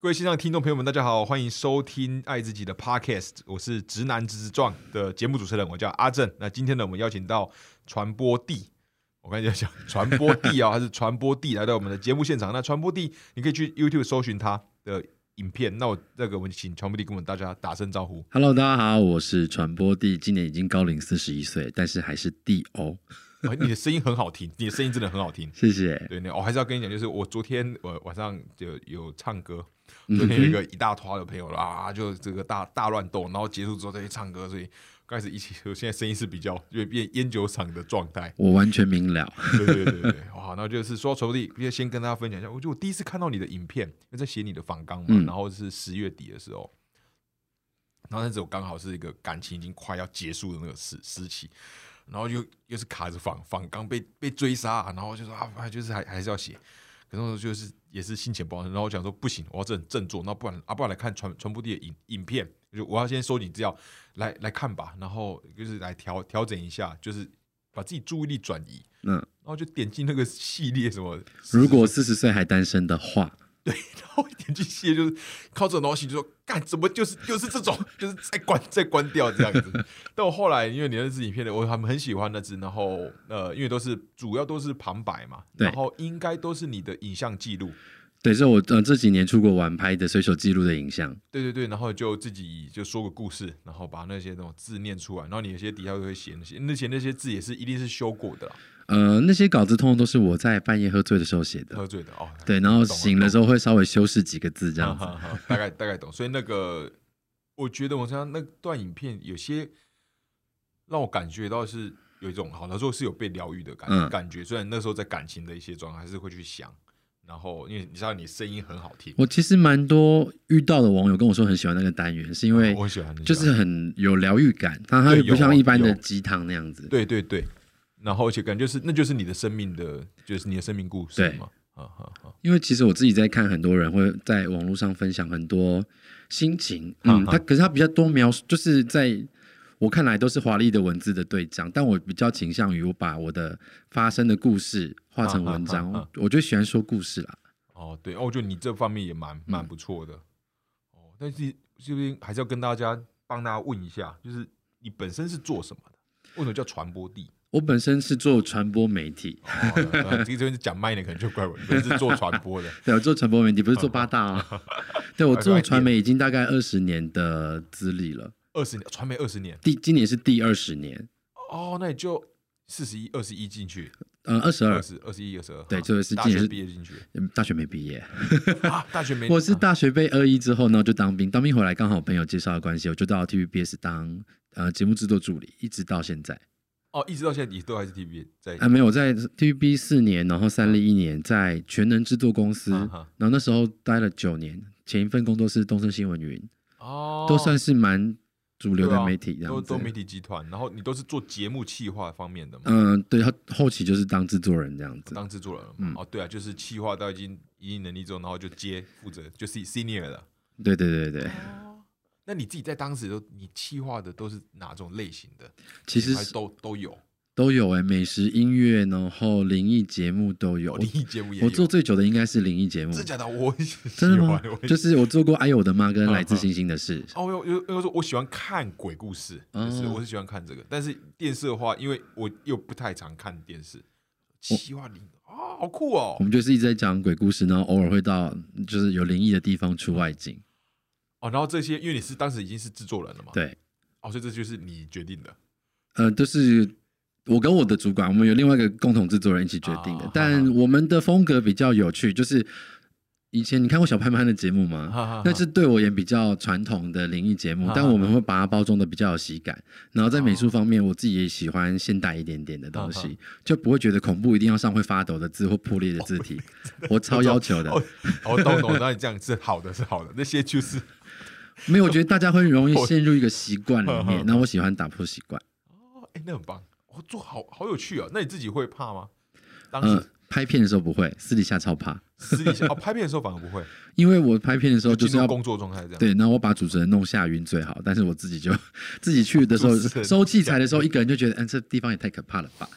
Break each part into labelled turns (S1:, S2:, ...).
S1: 各位线上听众朋友们，大家好，欢迎收听《爱自己的 Podcast》，我是直男直撞的节目主持人，我叫阿正。那今天呢，我们邀请到传播帝，我刚才在讲传播帝啊，他是传播帝来到我们的节目现场。那传播帝，你可以去 YouTube 搜寻他的影片。那我那个，我们请传播帝跟我们大家打声招呼。
S2: Hello，大家好，我是传播帝，今年已经高龄四十一岁，但是还是帝欧，
S1: 哎你的声音很好听，你的声音真的很好听。
S2: 谢谢。
S1: 对，那哦我、还是要跟你讲，就是我昨天我晚上就有唱歌，昨天有一个一大坨的朋友啦，就这个大大乱斗，然后结束之后再去唱歌，所以刚开始一起，我现在声音是比较就变烟酒嗓的状态。
S2: 我完全明了，
S1: 对对对 对，哇，那就是说仇弟，必须先跟大家分享一下，我就我第一次看到你的影片，因为在写你的访纲嘛，
S2: 嗯
S1: 然后是十月底的时候，然后那时候刚好是一个感情已经快要结束的那个时时期，然后又又是卡着访访纲被被追杀，然后就说啊，反正就是还还是要写。可是我就是也是心情不好，然后我想说不行，我要振振作，那不然啊，不然来看传传播地的影影片，就我要先收集资料来来看吧，然后就是来调调整一下，就是把自己注意力转移，
S2: 嗯，
S1: 然后就点进那个系列什么，
S2: 如果四十岁还单身的话，
S1: 然后一点进系列就是靠这种东西，就说干怎么就是就是这种， 就是再关再关掉这样子。 但我后来因为你那支影片的，我还很喜欢那支，然后呃，因为都是主要都是旁白嘛，
S2: 对
S1: 然后应该都是你的影像记录，
S2: 对，是我呃这几年出国玩拍的随手记录的影像，
S1: 对对对，然后就自己就说个故事，然后把那些那种字念出来，然后你有些底下会写那些那些那些字也是一定是修过的啦，
S2: 呃，那些稿子通通都是我在半夜喝醉的时候写的，
S1: 喝醉的哦，
S2: 对，然后
S1: 懂了
S2: 醒的时候会稍微修饰几个字这样子，
S1: 哈哈哈大概大概懂。所以那个，我觉得我像那段影片有些让我感觉到是有一种好，那时候是有被疗愈的感、
S2: 嗯
S1: 感觉。虽然那时候在感情的一些状态，还是会去想。然后，因为你知道你声音很好听，
S2: 我其实蛮多遇到的网友跟我说很喜欢那个单元，是因为
S1: 哦我很喜欢你讲，
S2: 就是很有疗愈感，它它又
S1: 对有啊
S2: 不像一般的
S1: 有
S2: 鸡汤那样子，
S1: 对对对。然后，而且感觉就是那就是你的生命的，就是你的生命故事
S2: 对
S1: 嘛。啊啊啊！
S2: 因为其实我自己在看，很多人会在网络上分享很多心情，
S1: 嗯
S2: 嗯，他可是他比较多描述，就是在我看来都是华丽的文字的对仗，但我比较倾向于我把我的发生的故事画成文章，
S1: 嗯嗯嗯
S2: 我就喜欢说故事啦。
S1: 哦，对，哦，我觉得你这方面也蛮蛮
S2: 嗯
S1: 不错的。哦，但是这边还是要跟大家帮大家问一下，就是你本身是做什么的？为什么叫传播地？
S2: 我本身是做传播媒体，
S1: 哦，呃这边讲慢一点可能就怪我，你本身是做传播的。
S2: 对，我做传播媒体，不是做八大
S1: 嗯
S2: 啊。 对，我做传媒已经大概二十年的资历了，
S1: 二十年，传媒二十年，
S2: 第今年是第二十年，
S1: 哦，那你就四十一、二十一进去，
S2: 呃，二十
S1: 二
S2: 二，
S1: 十、二十一、二十二，
S2: 对
S1: 啊
S2: 就是
S1: 大
S2: 今年
S1: 学
S2: 是
S1: 毕业进去
S2: 嗯大学没毕业。
S1: 啊，大学没，
S2: 我是
S1: 啊
S2: 大学被二一之后呢，就当兵，当兵回来刚好朋友介绍的关系，我就到 TVBS 当呃节目制作助理，一直到现在。
S1: 哦，一直到现在你都还是 TVB 在
S2: 啊，没有我在 TVB 四年，然后三立一年，在全能制作公司，
S1: 嗯哼
S2: 然后那时候待了九年，前一份工作是东森新闻云，
S1: 哦，
S2: 都算是蛮主流
S1: 对
S2: 的
S1: 啊
S2: 媒体这
S1: 都
S2: 样子。
S1: 都媒体集团，然后你都是做节目企划方面的吗？
S2: 嗯，对，后后期就是当制作人这样子。
S1: 当制作人了
S2: 嗯
S1: 嘛？哦，对啊，就是企划到已经一定能力之后，然后就接负责就是 senior 了。
S2: 对对对
S1: 哦
S2: 对，
S1: 那你自己在当时都你企划的都是哪种类型的？
S2: 其实
S1: 还
S2: 是
S1: 都都有，
S2: 都有哎、美食、音乐，然后灵异节目 都有。
S1: 哦灵异节目也有。
S2: 我做最久的应该是灵异节目，
S1: 真假的，我很喜
S2: 真的吗
S1: 欢，我？很嗯
S2: 就是我做过《哎呦我的妈》跟《来自星星的事》
S1: 哦，我有有说我喜欢看鬼故事，就是
S2: 哦
S1: 我是喜欢看这个，但是电视的话，因为我又不太常看电视，企划灵啊，好酷哦
S2: 我！们就是一直在讲鬼故事，然后偶尔会到就是有灵异的地方出外景。
S1: 哦，然后这些因为你是当时已经是制作人了嘛，，
S2: 对，
S1: 哦，所以这就是你决定的。
S2: 呃，就是我跟我的主管，我们有另外一个共同制作人一起决定的
S1: 哦，
S2: 但我们的风格比较有趣，就是。以前你看过小潘潘的节目
S1: 哈哈
S2: 吗
S1: 啊哈？啊
S2: 那是对我也比较传统的灵异节目
S1: 哈，哈
S2: 但我们会把它包装的比较有喜感。然后在美术方面，我自己也喜欢现代一点点的东
S1: 啊哈
S2: 西，就不会觉得恐怖一定要上会发抖的字或破裂的字体，我超要求的。
S1: 哦，哦，懂懂，那你这样是好的，是好的，那些就是
S2: 没有，我觉得大家会容易
S1: 哦
S2: 陷入一个习惯里
S1: 呵呵
S2: 面。那我喜欢打破习惯，
S1: 哦，哎，那很棒，哦，做好好有趣哦。那你自己会怕吗？当
S2: 嗯、
S1: 时
S2: 拍片的时候不会，私底下超怕，
S1: 私底下哦，拍片的时候反而 不会，
S2: 因为我拍片的时啊候就
S1: 进
S2: 是
S1: 入
S2: 要
S1: 工作状态这样。
S2: 对，那我把主持人弄吓晕最好，但是我自己就自己去的时 候
S1: 主持人
S2: 收器材的时候，一个人就觉得，嗯，这地方也太可怕了吧？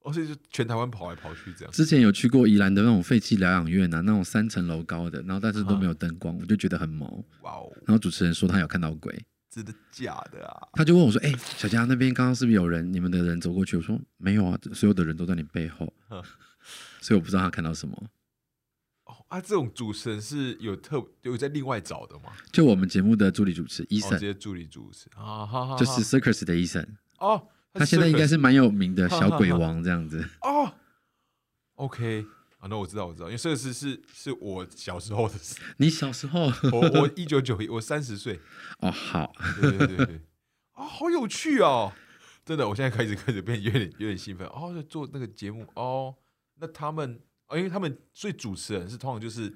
S1: 哦，所以就全台湾跑来跑去这样。
S2: 之前有去过宜兰的那种废弃疗养院啊，那种三层楼高的，然后但是都没有灯光，我就觉得很毛。
S1: 哇哦，
S2: 然后主持人说他有看到鬼，
S1: 真的假的啊？
S2: 他就问我说：“哎、小佳那边刚刚是不是有人？你们的人走过去？”我说：“没有啊，所有的人都在你背 后
S1: 嗯。”
S2: 所以我不知道他看到什么。
S1: 哦啊，这种主持人是有特有在另外找的吗？
S2: 就我们节目的助理主持伊
S1: 哦，
S2: 森、
S1: 直接助理主持啊，哈哈，
S2: 就是
S1: 哈
S2: Circus 的伊森，
S1: 哦，
S2: 他现在应该是蛮有名 的小鬼王这样子。
S1: 哦，OK 啊，那我知道我知道，因为这个是是是我小时候的 事，
S2: 你小时候
S1: 我我一九九一，我三十岁，
S2: 哦好，
S1: 对对对对，啊、好有趣哦！真的，我现在开始开始变有点有点兴奋哦，就做那个节目哦。那他们哦，因为他们所以主持人是通常就是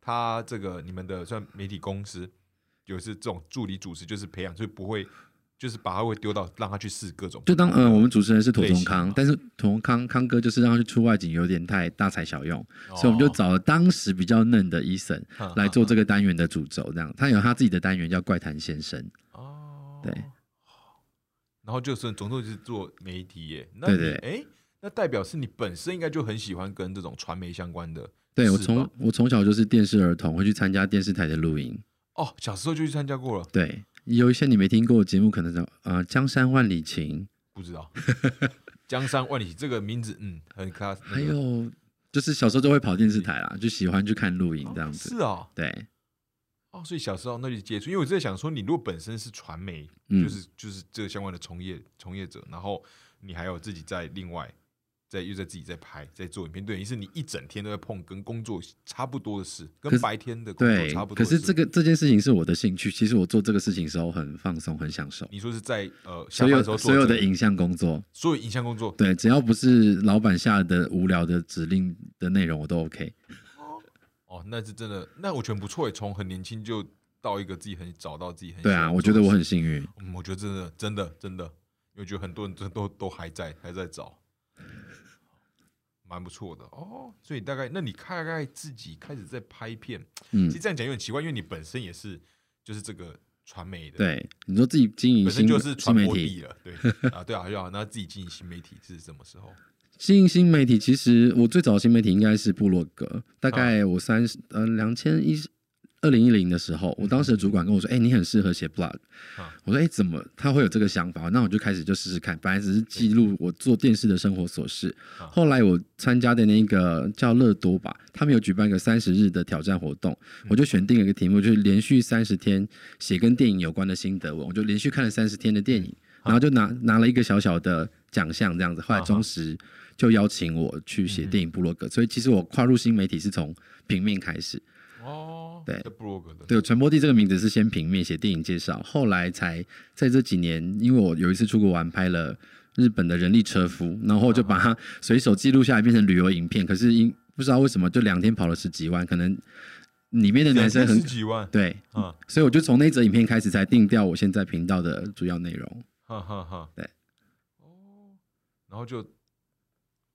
S1: 他这个你们的算媒体公司，有是这种助理主持，就是培养，所以不会就是把他会丢到让他去试各种
S2: 就当呃我们主持人是妥
S1: 类
S2: 同
S1: 型
S2: 康
S1: 嘛，
S2: 但是妥同康康哥就是让他去出外景有点太大材小用，
S1: 哦啊
S2: 所以我们就找了当时比较嫩的伊森
S1: 哼
S2: 来做这个单元的主轴，这样他有他自己的单元叫怪谈先生。
S1: 哦，
S2: 对。
S1: 然后就是总之就是做媒体耶，那
S2: 对
S1: 你
S2: 对
S1: 哎，那代表是你本身应该就很喜欢跟这种传媒相关的。
S2: 对我
S1: 是
S2: 从
S1: 吧
S2: 我从小就是电视儿童，会去参加电视台的录音。
S1: 哦，小时候就去参加过了，
S2: 对，有一些你没听过的节目，可能叫呃《江山万里情
S1: 不知道。 江山万里这个名字，嗯，很 class 那》，个。
S2: 还有就是小时候就会跑电视台啦，就喜欢去看录影
S1: 嗯哦
S2: 这样子。
S1: 是啊，
S2: 对，
S1: 哦，所以小时候那就接触，因为我在想说，你如果本身是传媒，
S2: 嗯
S1: 就是就是这个相关的从业从业者，然后你还有自己在另外在又在自己在拍在做影片，等于是你一整天都在碰跟工作差不多的事，
S2: 可
S1: 跟
S2: 是
S1: 白天的工作
S2: 对
S1: 差不多。
S2: 可是这，个这件事情是我的兴趣，其实我做这个事情的时候很放松，很享受。
S1: 你说是在呃下
S2: 所
S1: 班
S2: 有
S1: 的时候做
S2: 所有
S1: 这
S2: 的
S1: 个
S2: 影像工作，
S1: 所有影像工作，
S2: 对，只要不是老板下的无聊的指令的内容，我都 OK。
S1: 哦，那是真的，那我觉得不错耶，欸从很年轻就到一个自己很找到自己很
S2: 对
S1: 喜
S2: 啊，
S1: 欢
S2: 我
S1: 做
S2: 觉得
S1: 的
S2: 我
S1: 事
S2: 很幸运。
S1: 嗯，我觉得真的，真的，真的，因为我觉得很多人真的都都还在，还在找，蛮不错的哦。所以大概，那你大概自己开始在拍片，
S2: 嗯
S1: 其实，这样讲有点奇怪，因为你本身也是就是这个传媒的，，
S2: 对，你说自己经营
S1: 本身
S2: 新
S1: 就是
S2: 新
S1: 传
S2: 媒
S1: 播
S2: 体，
S1: 地了， 对啊，对啊，对啊。那自己经营新媒体是什么时候？
S2: 经营新媒体，其实我最早的新媒体应该是部落格，大概
S1: 啊
S2: 我三十呃两千一二零一零的时候，我当时的主管跟我说：“哎、你很适合写 blog。
S1: 嗯啊
S2: 我说：“哎、怎么他会有这个想法？”那我就开始就试试看，本来只是记录我做电视的生活琐事，
S1: 嗯啊
S2: 后来我参加的那个叫乐多吧，他们有举办一个三十日的挑战活动，
S1: 嗯
S2: 我就选定了一个题目，就是连续三十天写跟电影有关的心得文，我就连续看了三十天的电影，
S1: 嗯啊
S2: 然后就拿拿了一个小小的奖项这样子。后来中时就邀请我去
S1: 嗯
S2: 写电影部落格，所以其实我跨入新媒体是从平面开始。
S1: 哦，
S2: 对
S1: 在部落格的，
S2: 对，传播地这个名字是先平面写电影介绍，后来才在这几年，因为我有一次出国玩拍了日本的人力车夫，然后就把它随手记录下来变成旅游影片。可是因不知道为什么，就两天跑了十几万，可能里面的男生 很
S1: 十几万，
S2: 对，
S1: 嗯，
S2: 所以我就从那则影片开始才定掉我现在频道的主要内容。
S1: 哈哈哈，
S2: 对，
S1: 哦，然后就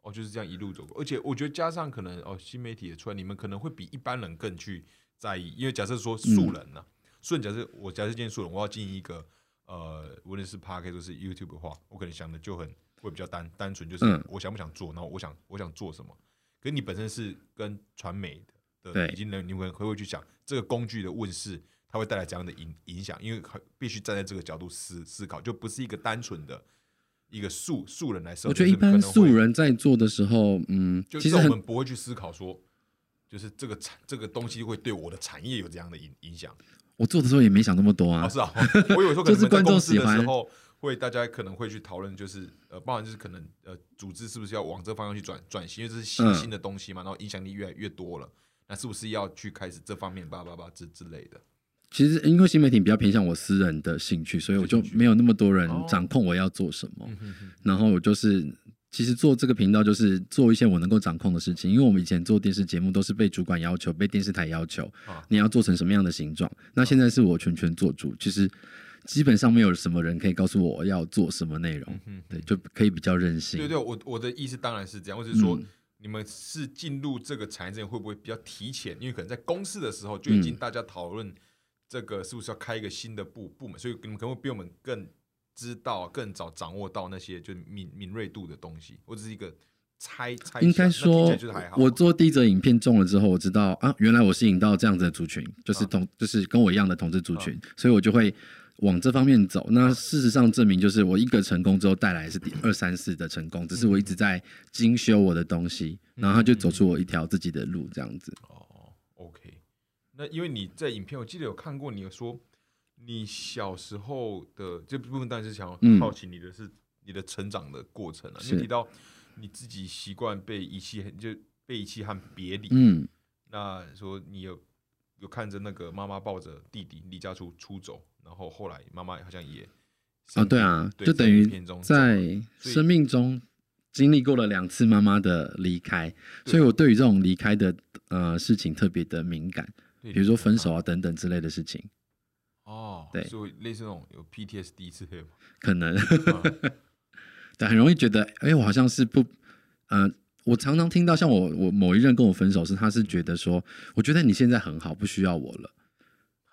S1: 哦就是这样一路走过，而且我觉得加上可能哦新媒体也出来，你们可能会比一般人更去在意，因为假设说
S2: 嗯
S1: 素人呢、素人假设我假设今天素人，我要进一个呃无论是 p a r k 或是 YouTube 的话，我可能想的就很会比较单单纯，就是
S2: 嗯
S1: 我想不想做，然后我想我想做什么，可是你本身是跟传媒的。
S2: 对
S1: 的已经能你们会会去想这个工具的问世，它会带来怎样的影影响？因为很必须站在这个角度思思考，就不是一个单纯的一个素素人来设。
S2: 我觉得一般
S1: 就是可
S2: 素
S1: 能会，
S2: 人在做的时候，嗯，
S1: 就
S2: 其
S1: 是
S2: 实
S1: 我
S2: 很
S1: 们不会去思考说，就是这个产这个东西会对我的产业有怎样的影影响。
S2: 我做的时候也没想那么多啊
S1: 老师 啊，我有时候可
S2: 啊就
S1: 能
S2: 是
S1: 在
S2: 观众
S1: 公司
S2: 喜
S1: 的时
S2: 欢
S1: 候。会，大家可能会去讨论，就是呃，包含就是可能呃，组织是不是要往这方向去转转型，因为这是新
S2: 嗯
S1: 新的东西嘛，然后影响力越来越多了，那是不是要去开始这方面叭叭叭之之类的？
S2: 其实因为新媒体比较偏向我私人的兴趣，所以我就没有那么多人掌控我要做什么。然后我就是其实做这个频道就是做一些我能够掌控的事情，因为我们以前做电视节目都是被主管要求、被电视台要求，
S1: 啊
S2: 你要做成什么样的形状。那现在是我全权做主，其实基本上没有什么人可以告诉我要做什么内容，对，就可以比较任性。
S1: 对对，我我的意思当然是这样，我只是
S2: 嗯
S1: 说、你们是进入这个产业之前会不会比较提前？因为可能在公司的时候就已
S2: 嗯
S1: 经大家讨论这个是不是要开一个新的部部门，所以你们可能会比我们更知道、更早掌握到那些就敏敏锐度的东西，或者是一个猜猜一下，
S2: 应该
S1: 那听起
S2: 说
S1: 来就是还好，
S2: 我做第一则影片中了之后，我知道啊，原来我吸引到这样子的族群，
S1: 嗯
S2: 就是同、就是跟我一样的同志族群，所以我就会往这方面走。那事实上证明，就是我一个成功之后带来是第二三四的成功，只是我一
S1: 嗯
S2: 直在精修我的东西，然后他就走出我一条自己的路，这样子。
S1: 哦，OK。那因为你在影片，我记得有看过，你有说你小时候的这部分，当然是想要
S2: 嗯
S1: 好奇你的是、你的成长的过程啊。你
S2: 是
S1: 有提到你自己习惯被遗弃，就被遗弃和别离。
S2: 嗯，
S1: 那说你有有看着那个妈妈抱着弟弟离家出出走，然后后来妈妈好像也
S2: 哦，对啊，
S1: 对
S2: 就
S1: 在
S2: 等
S1: 影
S2: 于
S1: 片中走
S2: 在
S1: 了所以
S2: 生命中经历过了两次妈妈的离开，所以我对于这种离开的呃事情特别的敏感，
S1: 比
S2: 比如说分手啊等等之类的事情，
S1: 哦，
S2: 对
S1: 所以类似那种有 PTSD 之类的 嘛。
S2: 可能
S1: 嗯
S2: 对很容易觉得，哎，我好像是不，呃，我常常听到像我我某一任跟我分手是，他是觉得说，我觉得你现在很好，不需要我了。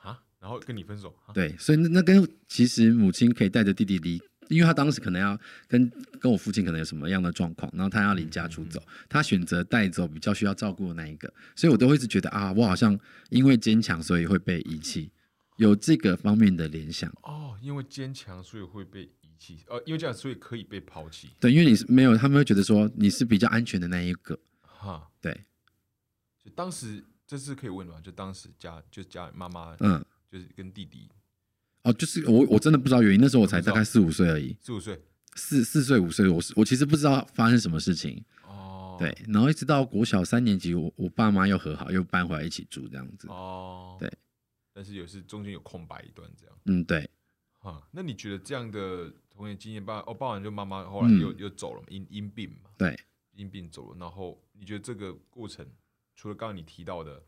S1: 啊，然后跟你分手，啊
S2: 对，所以那那跟其实母亲可以带着弟弟离，因为他当时可能要跟跟我父亲可能有什么样的状况，然后他要离家出走，他选择带走比较需要照顾的那一个，所以我都会一直觉得啊，我好像因为坚强所以会被遗弃，有这个方面的联想。
S1: 哦，因为坚强，所以会被遗弃，呃，因为这样，所以可以被抛弃，
S2: 对，因为你是没有，他们会觉得说你是比较安全的那一个。
S1: 哈。
S2: 对，
S1: 就当时这是可以问的嘛？就当时家就家妈妈，
S2: 嗯，
S1: 就是跟弟弟
S2: 哦，就是我我真的不知道原因，那时候我才
S1: 不知
S2: 大
S1: 道
S2: 概四五岁而已，
S1: 四五岁，
S2: 四四岁五岁，我是我其实不知道发生什么事情。
S1: 哦，
S2: 对，，然后一直到国小三年级，我我爸妈又和好，又搬回来一起住这样子。
S1: 哦，
S2: 对，
S1: 但是有是中间有空白一段这样，
S2: 嗯，对，
S1: 哈。那你觉得这样的童年经验，包哦，包含就妈妈后来
S2: 嗯
S1: 又、又走了嘛，因因病嘛，
S2: 对，
S1: 因病走了，然后你觉得这个过程，除了刚刚你提到的，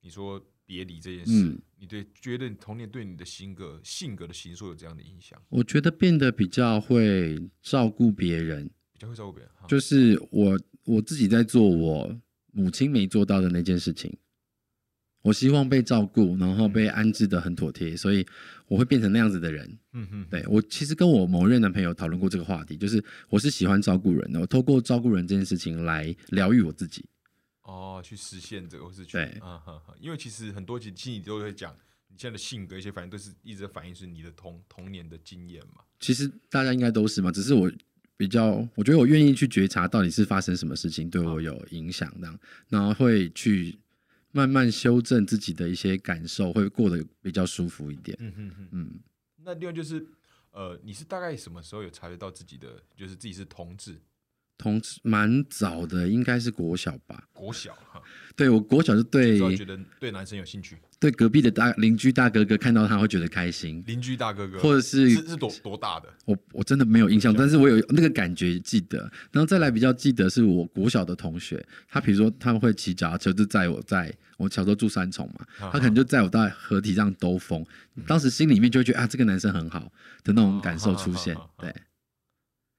S1: 你说别离这件事，
S2: 嗯
S1: 你对觉得你童年对你的性格性格的形塑有这样的影响，
S2: 我觉得变得比较会照顾别人，
S1: 比较会照顾别人，哈
S2: 就是我我自己在做我母亲没做到的那件事情。我希望被照顾，然后被安置的很妥帖，所以我会变成那样子的人。
S1: 嗯哼，
S2: 对我其实跟我某任男朋友讨论过这个话题，就是我是喜欢照顾人的，我透过照顾人这件事情来疗愈我自己。
S1: 哦，去实现这个，或是去，
S2: 对
S1: 啊哈哈，因为其实很多其实心里都会讲，你现在的性格一些反应都是一直在反映是你的童童年的经验嘛，
S2: 其实大家应该都是嘛，只是我比较，我觉得我愿意去觉察到底是发生什么事情对我有影响，这样，然后会去慢慢修正自己的一些感受，会过得比较舒服一点。
S1: 嗯哼哼。
S2: 嗯，
S1: 那另外就是，呃，你是大概什么时候有察觉到自己的，就是自己是同志？
S2: 同时蛮早的，应该是国小吧？
S1: 国小哈，
S2: 对我国小就对
S1: 然后觉得对男生有兴趣，
S2: 对隔壁的大邻居大哥哥看到他会觉得开心，
S1: 邻居大哥哥，
S2: 或者是
S1: 是是多多大的？
S2: 我我真的没有印象，但是我有那个感觉记得。然后再来比较记得是我国小的同学，他比如说他们会骑脚踏车，就载我在我小时候住三重嘛，
S1: 啊嗯
S2: 他可能就载我到河堤上兜风，当时心里面就会觉得啊，这个男生很好的那种感受出现
S1: 啊啊。啊啊
S2: 对，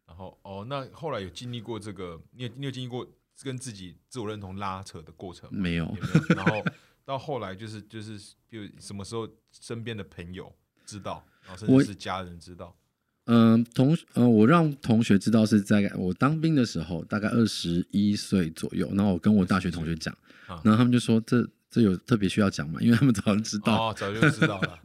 S1: 然后哦，那后来有经历过这个，你有你有经历过跟自己自我认同拉扯的过程吗？
S2: 没有
S1: 也，没有。然后到后来就是就是，就什么时候身边的朋友知道，然后甚
S2: 我
S1: 至是家人知道，
S2: 嗯、同呃，我让同学知道是在我当兵的时候，大概二十一岁左右，然后我跟我大学同学讲，
S1: 啊
S2: 然后他们就说这这有特别需要讲嘛，因为他们早就知道。
S1: 哦，早就知道了。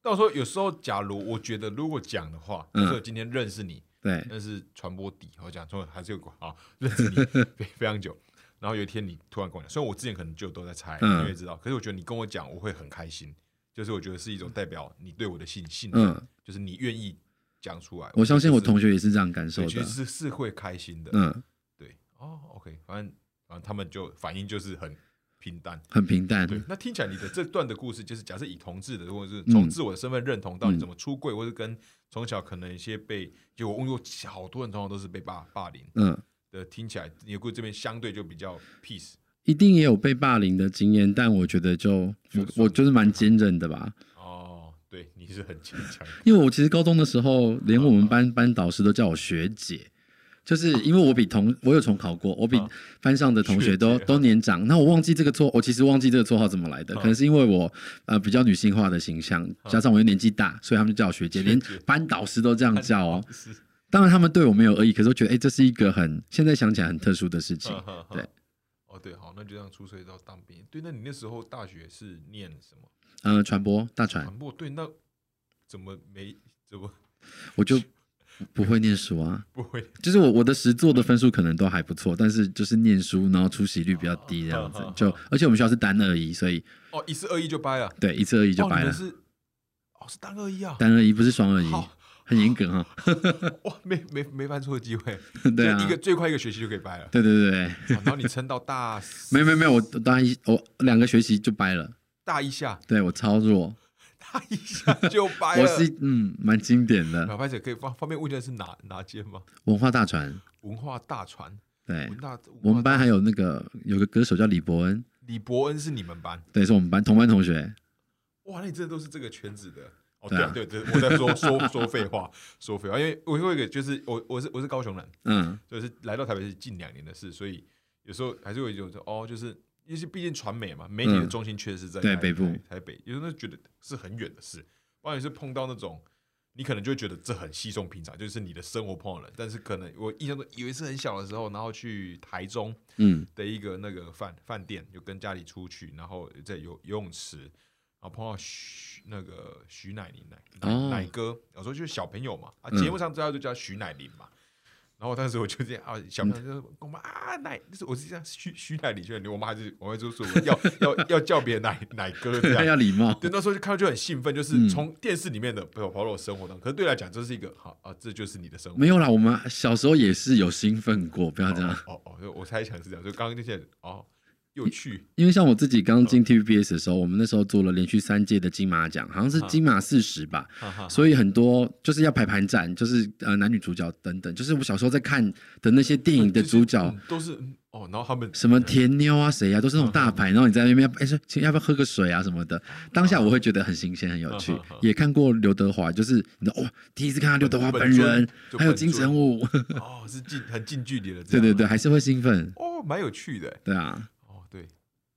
S1: 到时候有时候，假如我觉得如果讲的话，
S2: 嗯
S1: 所以今天认识你，
S2: 对，
S1: 那是传播底，我讲说还是有个啊，认识你 非非常久。然后有一天你突然跟我讲，虽然我之前可能就都在猜，
S2: 嗯
S1: 你也知道，可是我觉得你跟我讲，我会很开心，就是我觉得是一种代表你对我的信信任，
S2: 嗯，
S1: 就是你愿意讲出来。
S2: 我相信我
S1: 觉得
S2: 同学也是这样感受
S1: 是对
S2: 的
S1: 其。实是是会开心的。
S2: 嗯，
S1: 对，哦，OK，反正反正他们就反应就是很平淡。
S2: 很平淡。
S1: 对，那听起来你的这段的故事，就是假设以同志的，或者是从自我的身份认同到你怎么出柜，或是跟从小可能一些被，就我问过好多人，从小都是被霸霸凌
S2: 嗯，
S1: 的，听起来你的故事这边相对就比较 peace
S2: 一定也有被霸凌的经验，但我觉得就
S1: 就
S2: 我
S1: 算
S2: 我就是蛮坚韧的吧，
S1: 哦，对，你是很坚强的，
S2: 因为我其实高中的时候，连我们班班导师都叫我学姐。就是因为我比同我有重考过，我比
S1: 啊
S2: 班上的同学都
S1: 学姐
S2: 都年长，那我忘记这个绰，我其实忘记这个绰号怎么来的，可能是因为我呃比较女性化的形象，加上我又年纪大，所以他们就叫我学姐，连班导师都这样叫哦。
S1: 是
S2: 当然他们对我没有恶意，可是我觉得哎、这是一个很现在想起来很特殊的事 情。
S1: 哼哼
S2: 对，
S1: 哦对，好，那就这样出社会到当兵。对，那你那时候大学是念什么？
S2: 嗯、传播大传，
S1: 传播？对，那怎么没怎么
S2: 我就不会念书啊，
S1: 不会？
S2: 就是我我的实作的分数可能都还不错，但是就是念书，然后出席率比较低这样子
S1: 啊啊啊。
S2: 就而且我们学校是单二一，所以
S1: 哦，一次二一就掰了，
S2: 对一次二一就
S1: 哦，
S2: 白
S1: 你
S2: 了
S1: 们，是哦是单二一啊，
S2: 单二一不是双二一，
S1: 好
S2: 很严格哈。啊
S1: 哇，没没没犯错的机会，
S2: 对啊
S1: 就一个最快一个学期就可以掰了。
S2: 对对对对，
S1: 哦然后你撑到大
S2: 没有没有没有，我大一我两个学期就掰了，
S1: 大一下，
S2: 对我超弱，
S1: 大一下就掰了。
S2: 我是嗯蛮经典的
S1: 老拍者可以方方便问一下是哪哪间吗？
S2: 文化大传，
S1: 文化大船，
S2: 对
S1: 文。大，
S2: 我们
S1: 文化大
S2: 班还有那个有个歌手叫李伯恩，
S1: 李伯恩是你们班，
S2: 对，是我们班同班同学。
S1: 哇，那你真的都是这个圈子的。哦，
S2: 对
S1: 对
S2: 啊
S1: 啊对对，我在说说说废话，说废话，因为我有一个就是我我是我是高雄人，
S2: 嗯，
S1: 就是来到台北是近两年的事，所以有时候还是会有一种哦，就是因为毕竟传媒嘛，媒体的
S2: 嗯
S1: 中心确实是在
S2: 对
S1: 台
S2: 北部
S1: 台台北，有时候觉得是很远的事，不然你是碰到那种。你可能就会觉得这很稀松平常，就是你的生活碰到人，但是可能我印象中有一次很小的时候，然后去台中，
S2: 嗯，
S1: 的一个那个饭饭店，就跟家里出去，然后在游游泳池，然后碰到徐那个徐乃麟奶奶、
S2: 哦
S1: 奶哥，有时候就是小朋友嘛，啊，
S2: 嗯
S1: 节目上知道就叫徐乃麟嘛。然后当时我就这样啊，小朋友就说：“我妈啊，奶，就是我是这样徐徐乃麟，徐乃麟，我妈还是我会就说我要 要要叫别人奶奶哥这
S2: 要
S1: 样。”
S2: 礼貌。
S1: 对，那啊时候就看到就很兴奋，就
S2: 嗯
S1: 是从电视里面的跑跑到我生活当中，可是对来讲，这是一个好啊，这就是你的生活。
S2: 没有啦，我们小时候也是有兴奋过，不要这样。
S1: 哦哦，哦我猜想是这样，就刚刚那些哦，有趣，
S2: 因为像我自己刚进 TVBS 的时候，我们那时候做了连续三届的金马奖，好像是金马四十吧，
S1: 哈哈。
S2: 所以很多就是要排盘站，就是呃男女主角等等，就是我小时候在看的那些电影的主 角，
S1: 嗯都是嗯哦，然后他们
S2: 什么甜妞啊谁啊，都是那种 大牌，然后你在那边要哎说请要不要喝个水啊什么的，当下我会觉得很新鲜很有趣
S1: 嗯嗯嗯，
S2: 也看过刘德华，就是你知道哇，第一次看到刘德华
S1: 本
S2: 本人
S1: 尊，就
S2: 还有
S1: 本
S2: 金
S1: 尊
S2: 城武，
S1: 哦，是近很近距离的，
S2: 对对对，，还是会兴奋，
S1: 哦，蛮有趣的
S2: 对啊，
S1: 哦，对。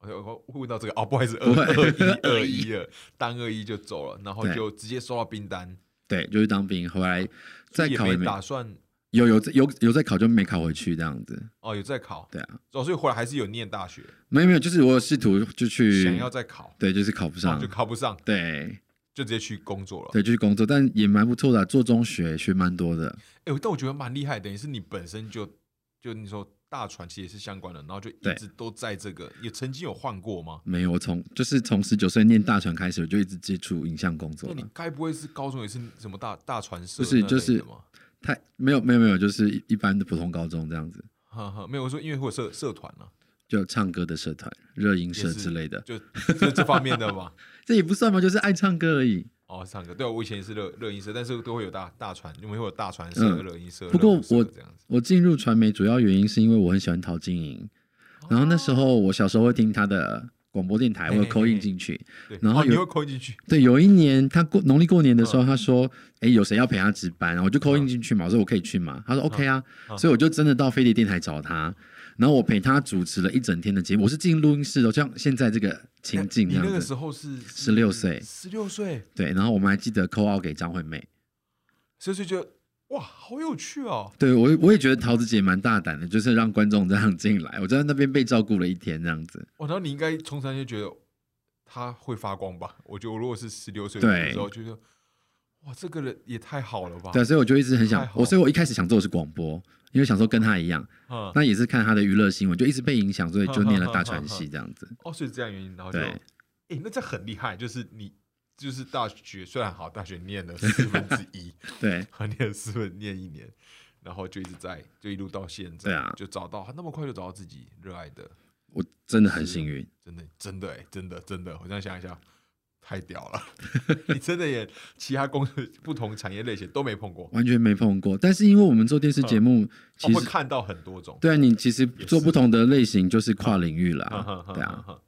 S1: 我我会问到这个哦，不好意思，二
S2: 不会
S1: 二一二 一了，单二一就走了，然后
S2: 对
S1: 就直接收到冰单，
S2: 对，就是当兵回来再
S1: 也
S2: 考也
S1: 没
S2: 没
S1: 打算
S2: 有有有有在考就没考回去这样子，
S1: 哦，有在考，
S2: 对啊，
S1: 哦，所以回来还是有念大学，
S2: 没有没有，就是我有试图就
S1: 想
S2: 去
S1: 要，再考，
S2: 对，就是考不
S1: 然后
S2: 上
S1: 就，考不上，
S2: 对
S1: 就直接去工作了。
S2: 对，就去工作，但也蛮不错的啊，做中学学蛮多的，
S1: 哎，但我觉得蛮厉害，等于是你本身就就你说大船其实也是相关的，然后就
S2: 对
S1: 一直都在这个，也曾经有换过吗？
S2: 没有，我从就是从十九岁念大船开始，我就一直接触影像工作
S1: 那你
S2: 了。
S1: 该不会是高中也是什么大大传社
S2: 啊不是
S1: 那类
S2: 就是
S1: 的吗？
S2: 太没有没有没有，就是一一般的普通高中这样子，
S1: 哈哈，没有我说，因为会有社社团呢、
S2: 就唱歌的社团、热音社之类的，
S1: 就就这方面的嘛。
S2: 这也不算嘛，就是爱唱歌而已。
S1: 哦，唱歌，对、我以前也是热热音社，但是都会有大大传，因为会有大传社、
S2: 嗯
S1: 热音社。
S2: 不过
S1: 热舞社
S2: 我
S1: 这样子，
S2: 我进入传媒主要原因是因为我很喜欢陶晶莹，
S1: 哦
S2: 然后那时候我小时候会听她的广播电台，我
S1: 嘿
S2: 有
S1: 嘿
S2: 扣印
S1: 嘿
S2: 进去。
S1: 对，
S2: 然后
S1: 哦、你会
S2: 有
S1: 扣进去，
S2: 对，有一年她过农历过年的
S1: 嗯
S2: 时候，她说：“哎，有谁要陪她值班？”然后我就扣印进去嘛，我说我可以去嘛，
S1: 嗯
S2: 她说 OK 啊，所以我就真的到飞碟电台找她。然后我陪她主持了一整天的节目，我是进录音室的，就像现在这个情境
S1: 哎你
S2: 这样
S1: 那
S2: 子。
S1: 个时候是
S2: 16岁
S1: 十六岁，
S2: 对，然后我们还记得扣 out 给张惠妹。
S1: 所以就觉得哇，好有趣哦。
S2: 对我，我也觉得桃子姐蛮大胆的，就是让观众这样进来。我在那边被照顾了一天，这样子。
S1: 哦，然后你应该从小就觉得他会发光吧？我觉得我如果是十六岁
S2: 对
S1: 的时候，就觉得哇，这个人也太好了吧？
S2: 对，啊所以我就一直很想
S1: 哦太，好
S2: 我所以我一开始想做的是广播，因为想说跟她一样，
S1: 嗯，
S2: 那也是看她的娱乐新闻，就一直被影响，所以就念了大传系这样子。
S1: 哦，所以这样原因，然后就，
S2: 对
S1: 哎、那这很厉害，就是你就是大学虽然好，大学念了四分之一，
S2: 对，
S1: 还念了四分念一年，然后就一直在，就一路到现在，
S2: 对啊
S1: 就找到那么快就找到自己热爱的，
S2: 我真的很幸运。
S1: 真的真的哎、真的真的，我这样想一下。太屌了！ 你真的也其他公司不同产业类型都没碰过，
S2: 完全没碰过，但是因为我们做电视节目，其
S1: 哦、会
S2: 实
S1: 看到很多种。
S2: 对啊，你其实
S1: 也
S2: 做
S1: 是嗯
S2: 不同的类型就是跨领域
S1: 哼哼
S2: 啦，
S1: 哼
S2: 对
S1: 哼
S2: 啊，
S1: 哼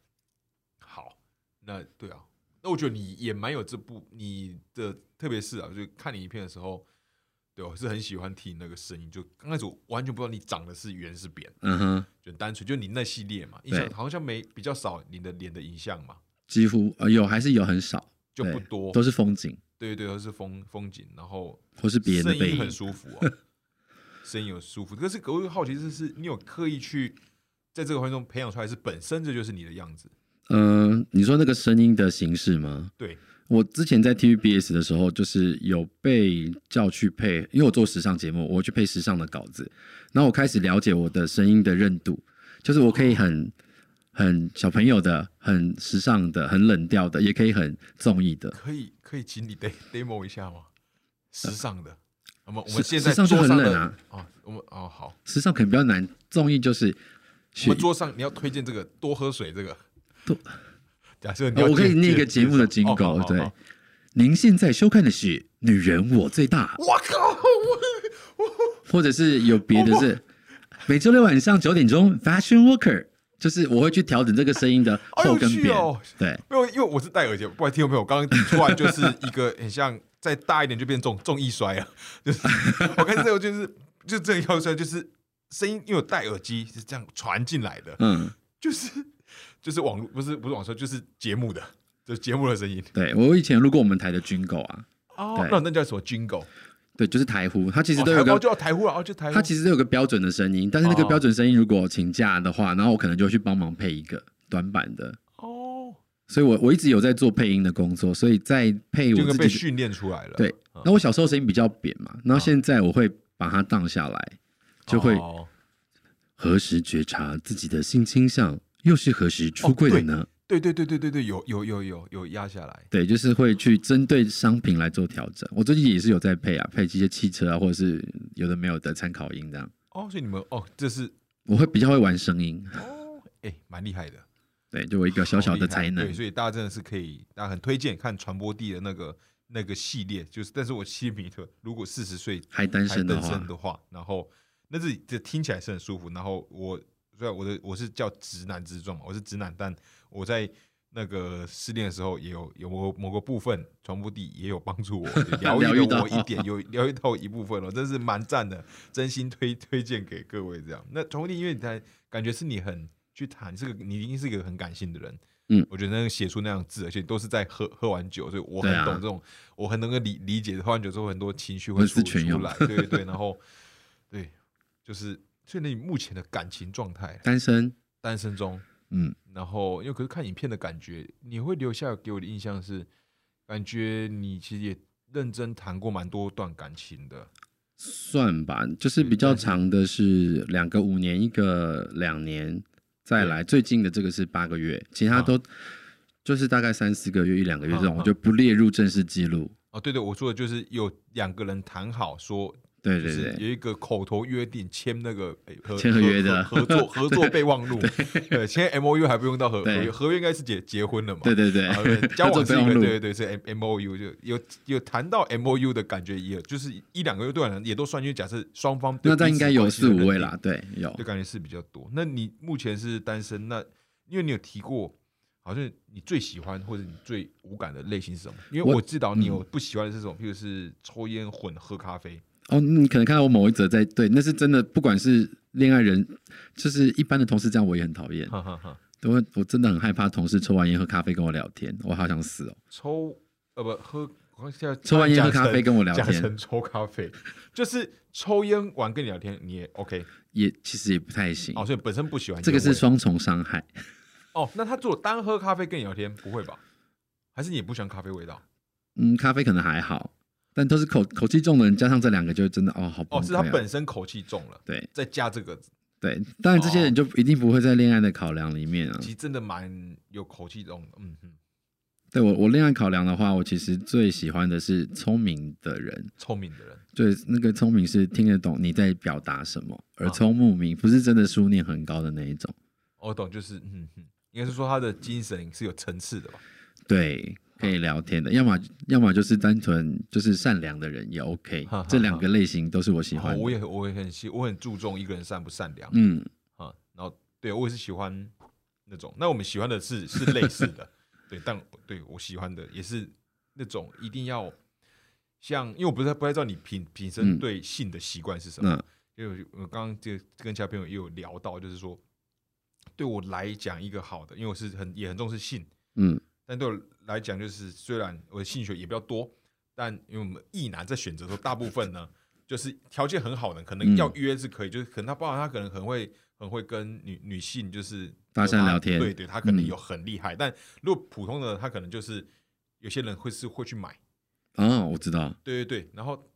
S1: 好，那对啊，那我觉得你也蛮有这部你的，特别是啊，就看你影片的时候，对我是很喜欢听那个声音，就刚开始我完全不知道你长的是圆是扁，
S2: 嗯哼，
S1: 就很单纯就你那系列嘛，印象
S2: 对
S1: 好像没比较少你的脸的影像嘛，
S2: 几乎呃有还是有很少，
S1: 就不
S2: 对
S1: 多，
S2: 都是风景
S1: 对对对，都是风风景，然后
S2: 或是别人的
S1: 声
S2: 背
S1: 音
S2: 影
S1: 很，舒服哦， 声音有舒服。可是我有好奇，就是你有刻意去在这个环境中培养出来，是本身这就是你的样子。
S2: 嗯，你说那个声音的形式吗？
S1: 对，
S2: 我之前在 TVBS 的时候，就是有被叫去配，因为我做时尚节目，我去配时尚的稿子，然后我开始了解我的声音的韧度，就是我可以很很小朋友的，很时尚的，很冷调的，也可以很综艺的。
S1: 可以可以，请你 de- demo 一下吗？时尚的，我们我
S2: 时
S1: 们现在
S2: 时尚
S1: 桌
S2: 就很
S1: 上
S2: 冷
S1: 的
S2: 啊
S1: 哦，我们哦好，
S2: 时尚可能比较难，综艺就是
S1: 我们桌上你要推荐这个多喝水这个
S2: 多。
S1: 假设你
S2: 呃
S1: 要
S2: 我可以
S1: 介
S2: 念一个
S1: 介
S2: 节目的
S1: 介
S2: 金
S1: 绍
S2: 狗
S1: 哦好，好
S2: 对
S1: 好。
S2: 您现在收看的是《女人我最大》，
S1: 我靠！我
S2: 或者是有别
S1: 哦
S2: 的是，每周六晚上九点钟，Fashion Walker，就是我会去调整这个声音的后跟
S1: 哎呦
S2: 边。
S1: 去哦
S2: 对，
S1: 因为因为我是戴耳机，不然听众朋友，我刚刚突然就是一个很像再大一点就变重重易摔了，就是我看这个就是就这个腰摔，就是声音，因为我戴耳机是这样传进来的，
S2: 嗯，
S1: 就是就是网络不是不是网说，就是节目的，就是节目的声音。
S2: 对我以前录过我们台的军狗啊，
S1: 哦
S2: 对，
S1: 那那叫什么 Jingle？
S2: 对，就是台呼，它其
S1: 其
S2: 实都有个。
S1: 就要台呼了，哦，就台呼。
S2: 它其实都有个标准的声音，但是那个
S1: 哦
S2: 标准声音如果请假的话，然后我可能就会去帮忙配一个短版的，
S1: 哦，
S2: 所以我我一直有在做配音的工作，所以在配
S1: 就
S2: 我
S1: 跟
S2: 自
S1: 被
S2: 己
S1: 训练出来了。嗯
S2: 对，那我小时候声音比较扁嘛，然后现在我会把它荡下来，就会
S1: 哦
S2: 何时觉察自己的性倾向，又是何时出柜了呢？
S1: 哦对对对对对对，有有有有有压下来。
S2: 对，就是会去针对商品来做调整。我最近也是有在配啊，配一些汽车啊，或者是有的没有的参考音这样。
S1: 哦，所以你们哦，这是
S2: 我会比较会玩声音，
S1: 哦，哎，蛮厉害的。
S2: 对，就我一个小小的
S1: 哦
S2: 才
S1: 好厉害
S2: 能
S1: 对，。所以大家真的是可以，大家很推荐看传播地的那个那个系列，就是，但是我希米特如果四十岁
S2: 还单身的
S1: 的
S2: 话
S1: 的话，然后那这这听起来是很舒服。然后我虽然我的我是叫直男之状嘛，我是直男，但我在那个失恋的时候也有有某某个部分传播地也有帮助 我，疗
S2: 疗
S1: 愈
S2: 愈
S1: 了
S2: 到
S1: 我一 点，有疗愈到我一部分了，真是蛮赞的，真心推推荐给各位这样。那传播地，因为你才感觉是你很去谈这个，你一定是一个很感性的人。
S2: 嗯
S1: 我觉得那个写出那样字，而且都是在喝喝完酒，所以我很
S2: 对啊
S1: 懂这种，我很能够理理解喝完酒之后很多情绪会
S2: 文
S1: 出
S2: 思泉
S1: 出
S2: 涌
S1: 来，对对对，然后对，就是所以你目前的感情状态，
S2: 单身，
S1: 单身中，
S2: 嗯，
S1: 然后因为可是看影片的感觉，你会留下给我的印象是，感觉你其实也认真谈过蛮多段感情的，
S2: 算吧，就是比较长的是两个五年，一个两年，再来最近的这个是八个月，其他都就是大概三四个月、一两个月这种，
S1: 啊
S2: 我就不列入正式记录。
S1: 哦，对对，我说的就是有两个人谈好说，
S2: 对
S1: 就
S2: 对
S1: 是
S2: 对，
S1: 有一个口头约定，签那个诶合
S2: 签合约的
S1: 合合合作合作备忘录，对，签 M O U 还不用到合合
S2: 对
S1: 约，合约应该是结结婚了嘛，
S2: 对对
S1: 啊
S2: 对，
S1: 交往是
S2: 备
S1: 一
S2: 忘
S1: 个
S2: 录。
S1: 对对对是 M M O U 就有有谈到 M O U 的感觉也，就是一两个月对然也都算，因为假设双方对
S2: 那这样
S1: 彼
S2: 应
S1: 此
S2: 该有
S1: 关系
S2: 四
S1: 的
S2: 五
S1: 认
S2: 位
S1: 定
S2: 啦，，对，有
S1: 就感觉是比较多。那你目前是单身，那因为你有提过，好像你最喜欢或者你最无感的类型是什么？因为
S2: 我嗯
S1: 我知道你有不喜欢的是什么，譬如是抽烟、混喝咖 啡。
S2: 哦，你可能看到我某一则在对，那是真的，不管是恋爱人，就是一般的同事这样，我也很讨厌。
S1: 哈哈哈，
S2: 我我真的很害怕同事抽完烟喝咖啡跟我聊天，我好想死哦。
S1: 抽呃不喝，我现在
S2: 抽完烟
S1: 讲
S2: 喝咖啡
S1: 成
S2: 跟我聊
S1: 讲
S2: 天
S1: 成，抽咖啡， 就是抽烟完跟你聊天，你也 OK
S2: 也其实也不太行。
S1: 哦，所以本身不喜欢
S2: 这个
S1: 烟
S2: 是
S1: 味
S2: 双重伤害，
S1: 哦。那他做单喝咖啡跟你聊天不会吧？还是你也不喜欢咖啡味道？
S2: 嗯，咖啡可能还好，但都是口口气重的人，加上这两个就真的哦，好崩
S1: 哦，是
S2: 溃、
S1: 他
S2: 哦。
S1: 本身口气重了，
S2: 对
S1: 再加这个，
S2: 对，当然这些人就一定不会在恋爱的考量里面啊
S1: 其。实真的蛮有口气重的。嗯嗯，
S2: 对我我恋爱考量的话，我其实最喜欢的是聪明的人，
S1: 聪明的人
S2: 对，那个聪明是听得懂你在表达什么，耳聪目明，不是真的书念很高的那一种。
S1: 哦我懂，就是嗯嗯，应该是说他的精神是有层次的吧？
S2: 对，可以聊天的，要么要么就是单纯就是善良的人也 OK，
S1: 哈哈哈
S2: 这两个类型都是我喜
S1: 哦
S2: 欢的。
S1: 我也我也很喜，我很注重一个人善不善良。
S2: 嗯，
S1: 啊，然后对我也是喜欢那种，那我们喜欢的是是类似的，对，但对我喜欢的也是那种一定要像，因为我不是不太知道你品品身
S2: 嗯
S1: 对性的习惯是什么，
S2: 那
S1: 因为我我刚刚就跟其他朋友也有聊到，就是说对我来讲一个好的，因为我是很也很重视性，
S2: 嗯，
S1: 但对我来讲，就是虽然我的兴趣也比较多，但因为我们异男在选择的时候，大部分呢就是条件很好的，可
S2: 嗯
S1: 能要约是可以，就是可能他包含他可能很会很会跟女女性就是
S2: 搭讪
S1: 有他
S2: 聊天
S1: 对对，他可能
S2: 嗯
S1: 有很厉害，但如果普通的他可能就是有些人会是会去买，
S2: 哦，我知道，
S1: 对对对，然后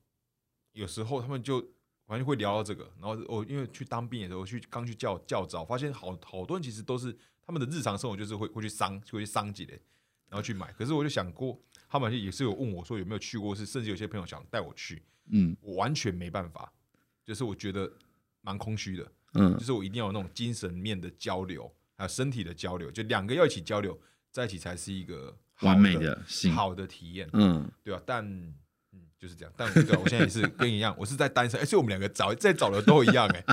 S1: 有时候他们就反正会聊到这个，然后我、因为去当兵的时候去刚去教教招，发现好好多人其实都是他们的日常生活就是会会去商会去商几的，然后去买。可是我就想过，他们也是有问我说有没有去过，是甚至有些朋友想带我去，
S2: 嗯
S1: 我完全没办法，就是我觉得蛮空虚的，
S2: 嗯
S1: 就是我一定要有那种精神面的交流，还有身体的交流，就两个要一起交流在一起才是一个好
S2: 完美的性
S1: 好的体验。
S2: 嗯，
S1: 对啊，但嗯就是这样。但对、啊，我现在也是跟你一样，我是在单身，而、且我们两个找在找的都一样哎、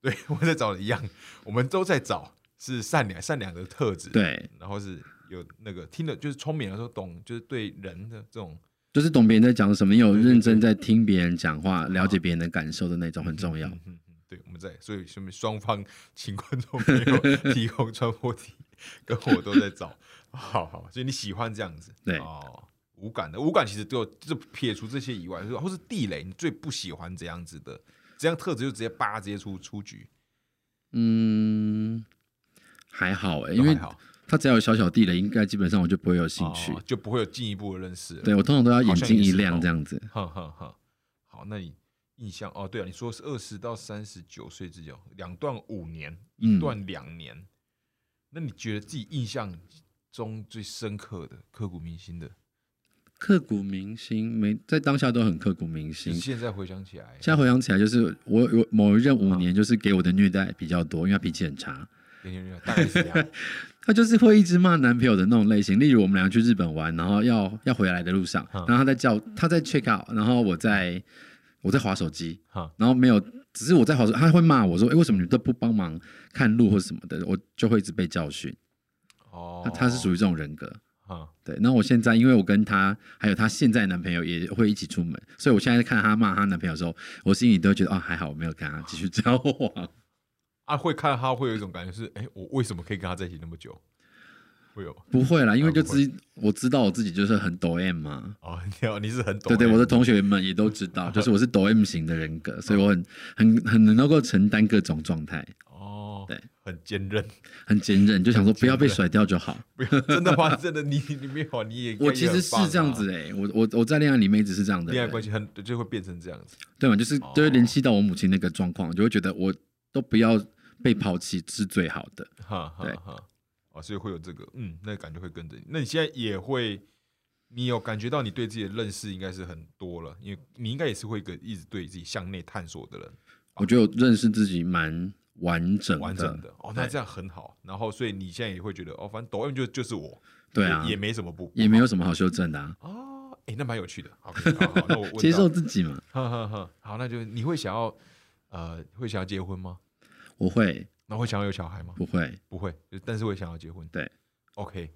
S1: 对我在找的一样，我们都在找是善良善良的特质，，
S2: 对，
S1: 然后是有那个听的就是聪明的时候懂，就是对人的这种
S2: 就是懂别人在讲什么，也有认真在听别人讲话，了解别人的感受的那种，很重要
S1: 嗯。嗯嗯，对，我们在，所以说明双方请观众朋 友提供传播题，跟我都在找，好好，所以你喜欢这样子，
S2: 对
S1: 哦，无感的，无感其实都有，就撇除这些以外，就是或是地雷，你最不喜欢这样子的，这样特质就直接扒，直接出出局，
S2: 嗯，还好哎、
S1: 都
S2: 因为
S1: 还好
S2: 他只要有小小地雷，应该基本上我就不会有兴趣。
S1: 哦就不会有进一步的认识了，
S2: 对我通常都要眼睛一
S1: 好像也是哦
S2: 亮这样子。
S1: 哼哼哼，好，那你印象哦，对啊，你说是二十到三十九岁之间，两段五年，一
S2: 嗯
S1: 段两年，那你觉得自己印象中最深刻的、刻骨铭心的，
S2: 刻骨铭心，每在当下都很刻骨铭
S1: 你
S2: 心。
S1: 现在回想起来，
S2: 现在回想起来，就是我我某一任五年，就是给我的虐待比较多，因为他脾气很差，
S1: 有点有点大概是这 样，
S2: 他就是会一直骂男朋友的那种类型。例如我们俩去日本玩，然后要要回来的路上，
S1: 嗯
S2: 然后他在叫他在 check out，然后我在我在划手机，
S1: 哈，
S2: 然后没有，只是我在划手，他会骂我说：“哎，为什么你都不帮忙看路或什么的？”我就会一直被教训。
S1: 哦
S2: 他，他是属
S1: 于，
S2: 于这种人格。
S1: 哈，
S2: 对，那我现在因为我跟她还有她现在男朋友也会一起出门，所以我现在看她骂她男朋友的时候，我心里都会觉得啊还好我没有跟她继续交往。
S1: 啊，会看他会有一种感觉是，哎、我为什么可以跟他在一起那么久？会有
S2: 不会啦，因为就
S1: 啊不会
S2: 知我知道我自己就是很抖 M 嘛。
S1: 哦， 你好你是很懂
S2: 对
S1: 欸，
S2: 对，我的同学们也都知道，就是我是抖 M 型的人格，所以我很很很能够承担各种状态，
S1: 哦，
S2: 对，
S1: 很坚韧，
S2: 很坚韧，就想说不要被甩掉就好。
S1: 不要真的吗？ 真的，你你没有，啊你也
S2: 我其实是这样。
S1: 你也很棒啊
S2: 子哎、我我我在恋爱里面一直是这样的
S1: 恋爱
S2: 人，
S1: 关系很就会变成这样子，
S2: 对嘛，就是就会
S1: 哦
S2: 联系到我母亲那个状况，就会觉得我都不要被抛弃是最好的。
S1: 哈哈
S2: 对
S1: 哈，哦，所以会有这个，嗯，那感觉会跟着你。那你现在也会，你有感觉到你对自己的认识应该是很多了，因为你应该也是会一个一直对自己向内探索的人，
S2: 我觉得我认识自己蛮完整的，
S1: 完整的。哦，那
S2: 对
S1: 这样很好。然后，所以你现在也会觉得，哦，反正抖音就就是我，
S2: 对啊
S1: 也也没什么不
S2: 也没有什么好修正的、啊，
S1: 哦，哎、那蛮有趣的。OK，好好，那我问到
S2: 接受，自己嘛。
S1: 哈哈哈。好，那就你会想要，呃，会想要结婚吗？
S2: 我会
S1: 那会想要有小孩吗？
S2: 不会？
S1: 不会，就但是会想要结婚。
S2: 对
S1: ，OK，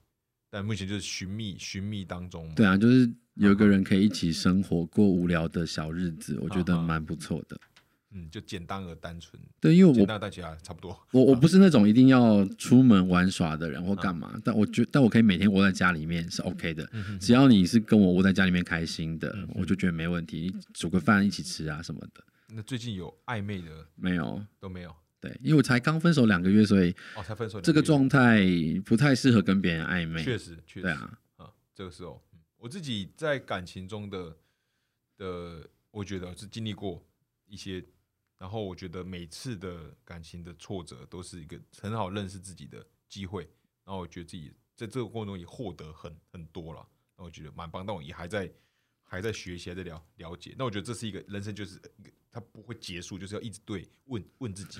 S1: 但目前就是寻觅寻觅当中嘛。
S2: 对啊，就是有一个人可以一起生活过无聊的小日子，我觉得
S1: 啊哈
S2: 蛮不错的。
S1: 嗯，就简单而单纯，
S2: 对，因为
S1: 简
S2: 我
S1: 单而单纯啊，差不多。
S2: 我我不是那种一定要出门玩耍的人或干嘛，但我觉但我可以每天窝在家里面是 OK 的，
S1: 嗯
S2: 只要你是跟我窝在家里面开心的，我就觉得没问题。你煮个饭一起吃啊什么的，
S1: 那最近有暧昧的
S2: 没有。
S1: 都没有
S2: 对，因为我才刚分手两个月，所以
S1: 哦，才分手两个月
S2: 这个状态不太适合跟别人暧昧。
S1: 确实确实
S2: 对啊，
S1: 啊这个时候、嗯我自己在感情中的的，我觉得是经历过一些，然后我觉得每次的感情的挫折都是一个很好认识自己的机会，然后我觉得自己在这个过程中也获得很很多了，然后我觉得蛮棒，但我也还在还在学习，还在了了解。那我觉得这是一个人生，就是一个它不会结束，就是要一直对问问自己，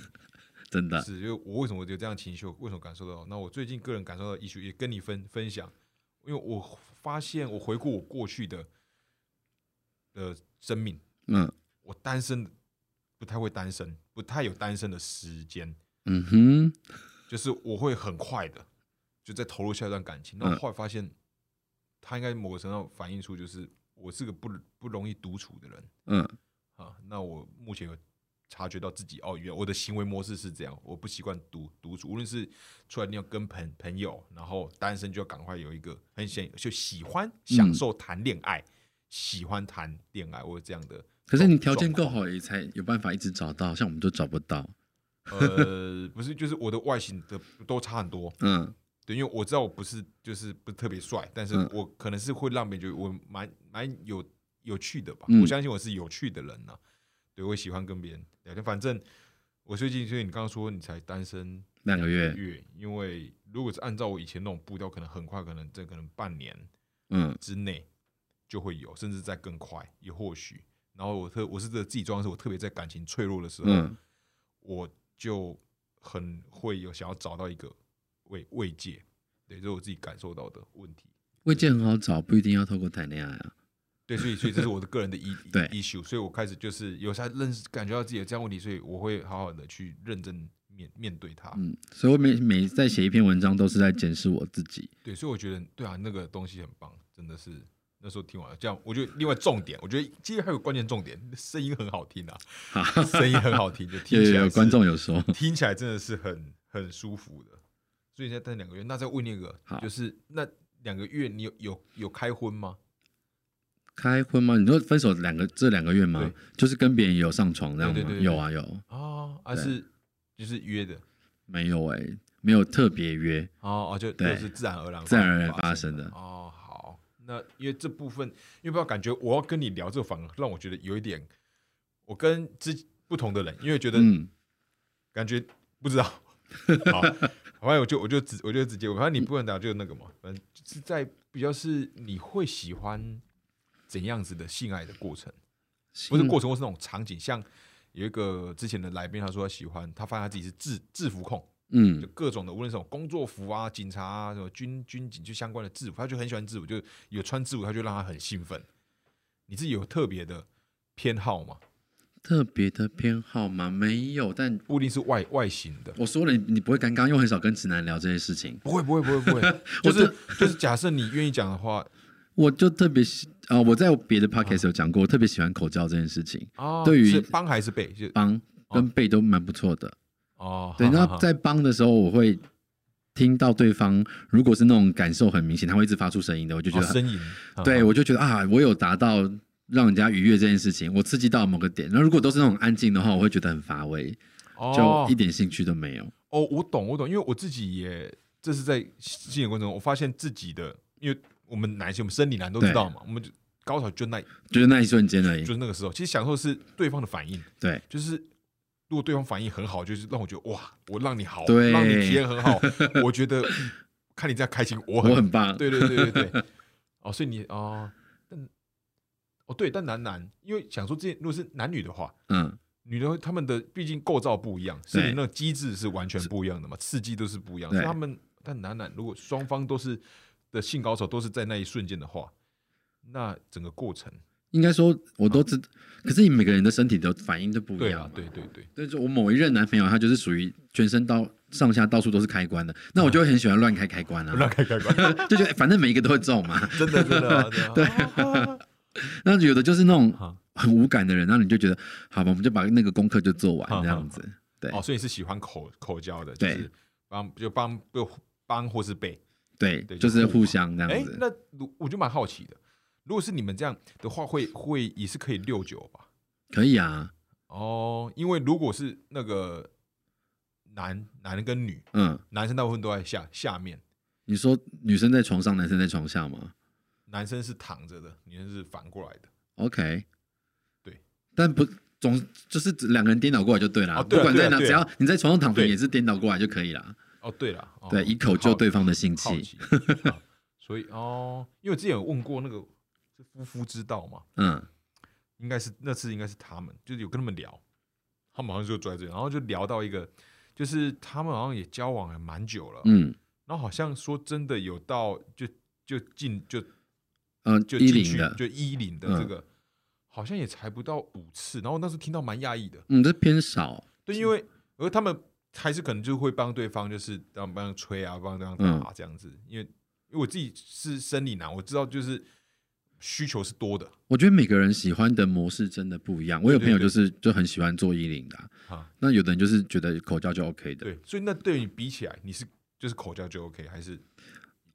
S2: 真的，
S1: 是，因为我为什么有这样情绪，我为什么感受到？那我最近个人感受到的 issue 也跟你分分享，因为我发现我回顾我过去的的生命，
S2: 嗯
S1: 我单身不太会单身，不太有单身的时间，
S2: 嗯哼，
S1: 就是我会很快的就在投入下一段感情。那我
S2: 嗯
S1: 后来发现，他应该某个程度上反映出，就是我是个不不容易独处的人。
S2: 嗯
S1: 啊，那我目前有察觉到自己哦，原来我的行为模式是这样，我不习惯独独处，无论是出来你要跟朋朋友，然后单身就要赶快有一个
S2: 嗯
S1: 很显就喜欢享受谈恋爱，喜欢谈恋爱，我有这样的
S2: 可是你条件够好，也才有办法一直找到，像我们都找不到。
S1: 呃，不是，就是我的外形的都差很多。
S2: 嗯，
S1: 对，因为我知道我不是就是不是特别帅，但是
S2: 嗯
S1: 我可能是会让别人觉得我蛮蛮有有趣的吧。
S2: 嗯
S1: 我相信我是有趣的人呐、对，我喜欢跟别人聊天。反正我最近，所以你刚刚说你才单身
S2: 两个月，
S1: 月，因为如果是按照我以前那种步调，可能很快，可能这可能半年
S2: 嗯
S1: 之内就会有，甚至再更快，也或许。然后我特我是这自己装的是我特别在感情脆弱的时候，
S2: 嗯
S1: 我就很会有想要找到一个慰慰藉，对，这是我自己感受到的问题。
S2: 慰藉很好找，不一定要透过谈恋爱啊。
S1: 对，所以所以这是我的个人的一
S2: 对
S1: issue，所以我开始就是有才认识感觉到自己有这样问题，所以我会好好的去认真面面对它。
S2: 嗯，所以我每每在写一篇文章，都是在检视我自己。
S1: 对，所以我觉得对啊，那个东西很棒，真的是那时候听完了这样，我觉得另外重点，我觉得其实还有关键重点，声音很好听啊，
S2: 哈，
S1: 声音很好听，就
S2: 有
S1: 听起
S2: 有
S1: 来
S2: 有
S1: 是
S2: 观众有说，
S1: 听起来真的是很很舒服的。所以现在待两个月，那再问那个
S2: 好，
S1: 就是那两个月你有有有开荤吗？
S2: 开荤吗？你说分手两个这两个月吗
S1: 对？
S2: 就是跟别人有上床这样吗？
S1: 对对对对
S2: 有啊有，
S1: 啊，还、
S2: 对
S1: 是就是约的？
S2: 没有哎、没有特别约。
S1: 哦哦，就就
S2: 对
S1: 是自然而然
S2: 自然而然发生
S1: 的。
S2: 的
S1: 哦，好，那因为这部分，因为不知道感觉我要跟你聊这个，反而让我觉得有一点，我跟之不同的人，因为觉得
S2: 嗯，
S1: 感觉不知道。好，反正我就我就直我就直接，反正你不能打就那个嘛，反正就是在比较是你会喜欢怎样子的性爱的过程，不是过程或是那种场景，像有一个之前的来宾，他说他喜欢，他发现他自己是制制服控，就
S2: 嗯
S1: 各种的，无论是什么工作服啊、警察啊、什么军军警就相关的制服，他就很喜欢制服，就有穿制服，他就让他很兴奋。你自己有特别的偏好吗？
S2: 特别的偏好吗？没有，但
S1: 不一定是外外形的，
S2: 我说了你，你不会尴尬，因为我很少跟直男聊这些事情。
S1: 不会不会不会不会，就是就是假设你愿意讲的话
S2: 我就特别喜啊、我在别的 podcast 有讲过，我特别喜欢口交这件事情，
S1: 啊，
S2: 对于
S1: 是帮还是被就
S2: 帮跟背都蛮不错的。
S1: 哦，
S2: 啊对，
S1: 好
S2: 那
S1: 好好
S2: 在帮的时候，我会听到对方如果是那种感受很明显，他会一直发出声音的，我就觉
S1: 哦
S2: 得很
S1: 呻吟，啊
S2: 对，我就觉得啊，我有达到让人家愉悦这件事情，我刺激到某个点。那如果都是那种安静的话，我会觉得很乏味，就
S1: 哦
S2: 一点兴趣都没有。
S1: 哦，我懂我懂，因为我自己也这是在进的过程中，我发现自己的，因为我们男性我们生理男都知道嘛，我们就高潮就那
S2: 就是那一瞬间而已
S1: 就。是那个时候，其实享受是对方的反应，
S2: 对，
S1: 就是如果对方反应很好，就是让我觉得哇，我让你好，
S2: 对
S1: 让你体验很好，我觉得嗯看你这样开心，我
S2: 我
S1: 很
S2: 很棒。
S1: 对对对对对， 哦，所以你哦，但哦对，但男男，因为想说这如果是男女的话，
S2: 嗯，
S1: 女的他们的毕竟构造不一样，
S2: 对
S1: 身体那个机制是完全不一样的嘛，刺激都是不一样。
S2: 对
S1: 所以他们但男男如果双方都是的性高潮都是在那一瞬间的话，那整个过程
S2: 应该说我都知，可是你每个人的身体的反应都不一
S1: 对
S2: 样
S1: 啊
S2: 嘛，
S1: 对对 对，
S2: 对，就我某一任男朋友，他就是属于全身到上下到处都是开关的，那我就会很喜欢乱开开关
S1: 不让
S2: 啊，
S1: 开开关，
S2: 就觉得反正每一个都会中嘛。
S1: 真的真的啊真的啊。
S2: 那有的就是那种
S1: 好
S2: 很无感的人，那你就觉得好吧，我们就把那个功课就做完
S1: 好
S2: 这样子。 对
S1: 哦，所以你是喜欢口口交的，就
S2: 对
S1: 是帮就帮就帮或是被。
S2: 对，
S1: 对
S2: 就
S1: 就是
S2: 是
S1: 互
S2: 互相这
S1: 哎
S2: 样，子。
S1: 那如我就蛮好奇的，如果是你们这样的话，会会也是可以六九吧？
S2: 可以啊，
S1: 哦，因为如果是那个男男跟女，
S2: 嗯，
S1: 男生大部分都在下下面，
S2: 你说女生在床上，男生在床下吗
S1: 男生是躺着的，女生是反过来的。
S2: ？OK，
S1: 对，
S2: 但不总就是两个人颠倒过来就对啦，
S1: 哦
S2: 不
S1: 对啊
S2: 管在哪，
S1: 对啊对啊
S2: 只要你在床上躺平
S1: 对
S2: 也是颠倒过来就可以啦。
S1: 哦，对了，哦
S2: 对，一口就对方的性
S1: 好
S2: 器。
S1: 奇，好所以哦，因为我之前有问过那个是夫妇之道嘛，
S2: 嗯，
S1: 应该是那次应该是他们，就是有跟他们聊，他们好像就坐在这里，然后就聊到一个，就是他们好像也交往了蛮久了，
S2: 嗯
S1: 然后好像说真的有到就就进就
S2: 嗯，
S1: 就
S2: 一
S1: 进
S2: 零
S1: 去
S2: 的，
S1: 就一零的
S2: 嗯
S1: 这个，好像也才不到五次，然后那时候听到蛮讶异的，
S2: 嗯，这偏少。
S1: 对，因为而他们还是可能就会帮对方，就是让帮吹啊，帮对方
S2: 嗯
S1: 打这样子，因为因为我自己是生理男，我知道就是需求是多的
S2: 我觉得每个人喜欢的模式真的不一样。我有
S1: 对
S2: 朋友
S1: 对
S2: 就是就很喜欢做衣领的啊、
S1: 啊，
S2: 那有的人就是觉得口交就 OK 的。
S1: 对，所以那对你比起来，你是就是口交就 OK 还是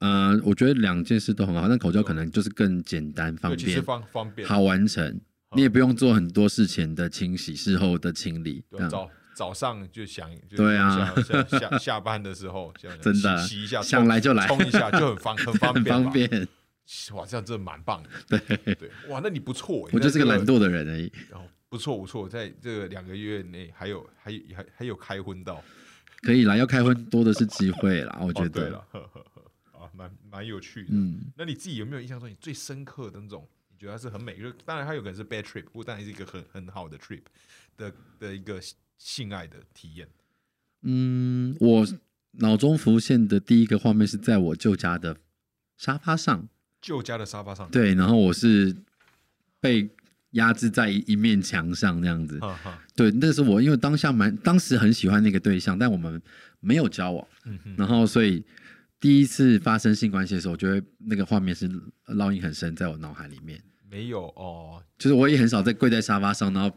S2: 呃，我觉得两件事都很好，但口交可能就是更简单方
S1: 尤其是
S2: 便，
S1: 方方便
S2: 好完成。你也不用做很多事前的清洗、事后的清理，这
S1: 对
S2: 样
S1: 早早上就想，就
S2: 对啊
S1: 想下下下班的时 候就
S2: 真的
S1: 洗洗一下，
S2: 想
S1: 冲
S2: 来就来
S1: 冲一下就很 方很方
S2: 很
S1: 便，
S2: 方。便。
S1: 哇，这样真的蛮棒的，对哇，那你不错欸，
S2: 我就是个
S1: 那这
S2: 懒惰的人而已。
S1: 哦，不错不错，在这两个月内还有还有还还有开荤到，
S2: 可以啦，要开荤多的是机会啦，我觉
S1: 哦、对
S2: 得。
S1: 了，呵呵呵，啊，蛮蛮有趣的。
S2: 嗯，
S1: 那你自己有没有印象中你最深刻的那种？你觉得它是很美，就是当然它有可能是 bad trip，不过当然是一个很很好的 trip 的的一个性爱的体验。
S2: 嗯，我脑中浮现的第一个画面是在我舅家的沙发上，
S1: 旧家的沙发上，
S2: 对，然后我是被压制在一一面墙上那样子。
S1: 哈哈，
S2: 对，那是我因为当下蛮当时很喜欢那个对象，但我们没有交往，
S1: 嗯哼，
S2: 然后所以第一次发生性关系的时候，我觉得那个画面是烙印很深在我脑海里面。
S1: 没有哦，
S2: 就是我也很少在跪在沙发上，然后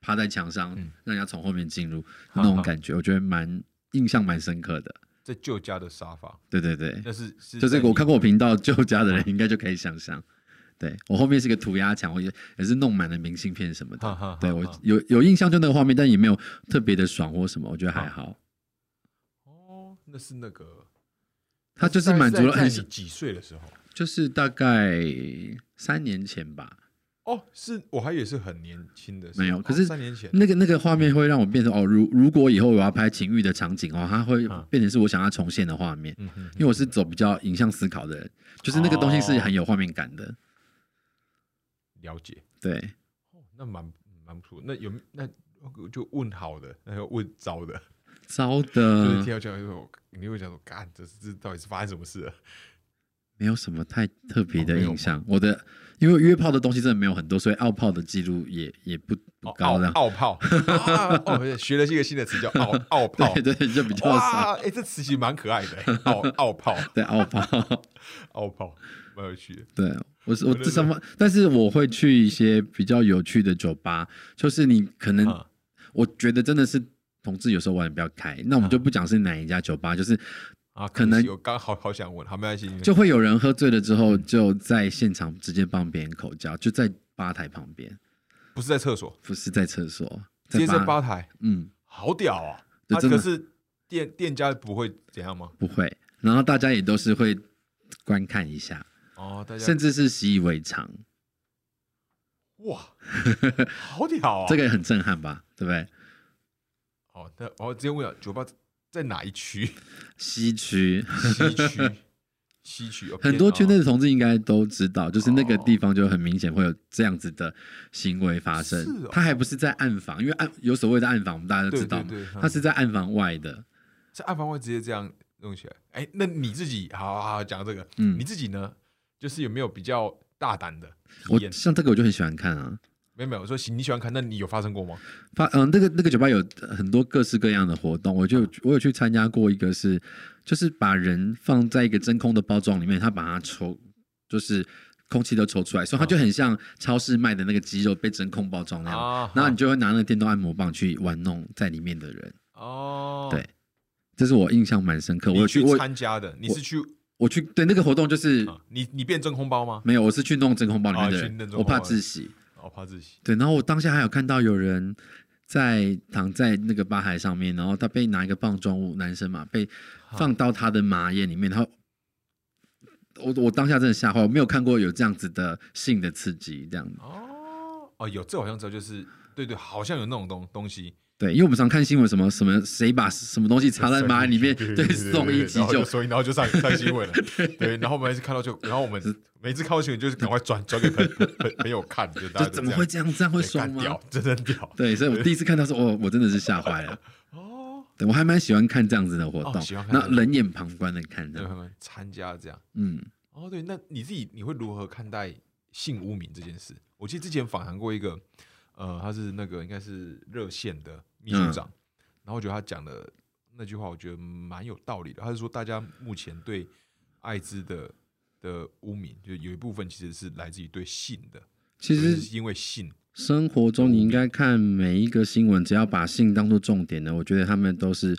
S2: 趴在墙上，让人家从后面进入那种感觉，我觉得蛮印象蛮深刻的。
S1: 在旧家的沙发，
S2: 对对对，
S1: 那是是
S2: 就是
S1: 在
S2: 我
S1: 你
S2: 看过我频道旧家的人应该就可以想象。对我后面是个涂鸦墙，我也也是弄满了明信片什么的。
S1: 哈哈哈
S2: 对我
S1: 哈
S2: 有有印象就那个画面，但也没有特别的爽或什么，我觉得还好。
S1: 哦，那是那个，
S2: 他就是
S1: 在
S2: 满足了
S1: 在在
S2: 很
S1: 你几岁的时候？
S2: 就是大概三年前吧，
S1: 哦，是我还以为是很年轻的时候，
S2: 没有
S1: 哦
S2: 可是
S1: 三年前，
S2: 那个那个画面会让我变成哦，如如果以后我要拍情欲的场景哦，它会
S1: 嗯
S2: 变成是我想要重现的画面。
S1: 嗯哼
S2: 因为我是走比较影像思考的人，就是那个东西
S1: 哦
S2: 是很有画面感的。
S1: 了解。
S2: 对，
S1: 哦，那蛮蛮不错。那有那哦就问好的， 那要问糟的，
S2: 糟
S1: 就是
S2: 的
S1: 听到这样就说，你会想说，干，这是这到底是发生什么事了？
S2: 没有什么太特别
S1: 哦
S2: 的
S1: 没有
S2: 印象。我的因为约炮的东西真的没有很多，所以奥炮的记录也也不不高的。
S1: 傲哦炮啊！ 哦，学了一个新的词叫傲傲炮。
S2: 对对，就比较少。
S1: 哇，哎、这词其实蛮可爱的、欸，傲傲炮，
S2: 对奥炮，
S1: 傲炮，蛮有趣的。
S2: 对我是我这什么，但是我会去一些比较有趣的酒吧，就是你可能
S1: 嗯
S2: 我觉得真的是同志有时候玩的比较开，那我们就不讲是哪一家酒吧，就是
S1: 啊，
S2: 可能
S1: 有刚好好想问，好没关系，你们
S2: 就会有人喝醉了之
S1: 嗯
S2: 后，就在现场直接帮别人口交，就在吧台旁边，
S1: 不是在厕所，
S2: 不是在厕所，
S1: 直接在吧台，
S2: 嗯，
S1: 好屌啊！
S2: 这
S1: 啊，
S2: 真的
S1: 可是店店家不会怎样吗？
S2: 不会。然后大家也都是会观看一下，
S1: 哦，大家
S2: 甚至是习以为常，
S1: 哇，好屌啊！
S2: 这个很震撼吧，对不对？
S1: 哦，那我直接问了，酒吧在哪一区？
S2: 西区
S1: 西区，西区哦
S2: 很多
S1: 偏
S2: 圈
S1: 哦
S2: 内的同志应该都知道，就是那个
S1: 哦
S2: 地方就很明显会有这样子的行为发生
S1: 是哦。
S2: 他还不是在暗房，因为暗有所谓的暗房，我们大家都
S1: 对
S2: 知道
S1: 对
S2: 嘛
S1: 对，嗯
S2: 他是在暗房外的。
S1: 是暗房会直接这样弄起来。哎，那你自己好好好讲这个，
S2: 嗯
S1: 你自己呢，就是有没有比较大胆的体
S2: 我
S1: 验？
S2: 像这个我就很喜欢看啊，
S1: 没有没有，我说喜你喜欢看，那你有发生过吗？
S2: 发嗯，那个那个酒吧有很多各式各样的活动，我
S1: 嗯
S2: 就我有去参加过一个是，就是把人放在一个真空的包装里面，他把它抽，就是空气都抽出来，所以
S1: 哦
S2: 它就很像超市卖的那个鸡肉被真空包装那样，
S1: 啊，
S2: 然后你就会拿那个电动按摩棒去玩弄在里面的人，
S1: 哦，
S2: 对这是我印象蛮深刻。我
S1: 你
S2: 有
S1: 去
S2: 我呃
S1: 参加的，你是去
S2: 我去对那个活动就是、
S1: 啊你你变真空包吗？
S2: 没有，我是去弄真空包里面
S1: 哦
S2: 的
S1: 去
S2: 人，
S1: 弄真空
S2: 我
S1: 包
S2: 怕窒息。
S1: 哦，怕自己
S2: 对，然后我当下还有看到有人在躺在那个吧台上面，然后他被拿一个棒状物，男生嘛，被
S1: 啊
S2: 放到他的马眼里面，然后我我当下真的吓坏，我没有看过有这样子的性的刺激，这样子。
S1: 哦哦，有这我好像知道，就是对对，好像有那种东东 西，
S2: 对，因为我们常看新闻，什么什么谁把什么东西插在马眼里面，
S1: 对
S2: 对，送医急
S1: 然后
S2: 救
S1: 就，所以然后就上上新 闻了，对，然后我们每次看到就，然后我们每次看到新闻就是赶快转转给朋朋朋友看，就大
S2: 就
S1: 家
S2: 怎么会
S1: 这
S2: 这样？这样会
S1: 样
S2: 爽
S1: 对干
S2: 吗
S1: 掉？，真的屌
S2: 对，所以我第一次看到说，哦，我真的是吓坏了。
S1: 哦，
S2: 对，我还蛮喜欢看这样子的活
S1: 哦
S2: 动
S1: 喜欢，看
S2: 那
S1: 这种
S2: 冷眼旁观的看这
S1: 对，
S2: 样，
S1: 他们参加这样，
S2: 嗯。
S1: 哦，对，那你自己你会如何看待性污名这件事？我记得之前访谈过一个，呃，他是那个应该是热线的秘
S2: 嗯
S1: 书长，然后我觉得他讲的那句话，我觉得蛮有道理的。他是说，大家目前对艾滋的的污名，就有一部分其实是来自于对性的，
S2: 其
S1: 尤
S2: 实
S1: 是因为性
S2: 生活中你应该看每一个新闻，只要把性当做重点的，我觉得他们都是，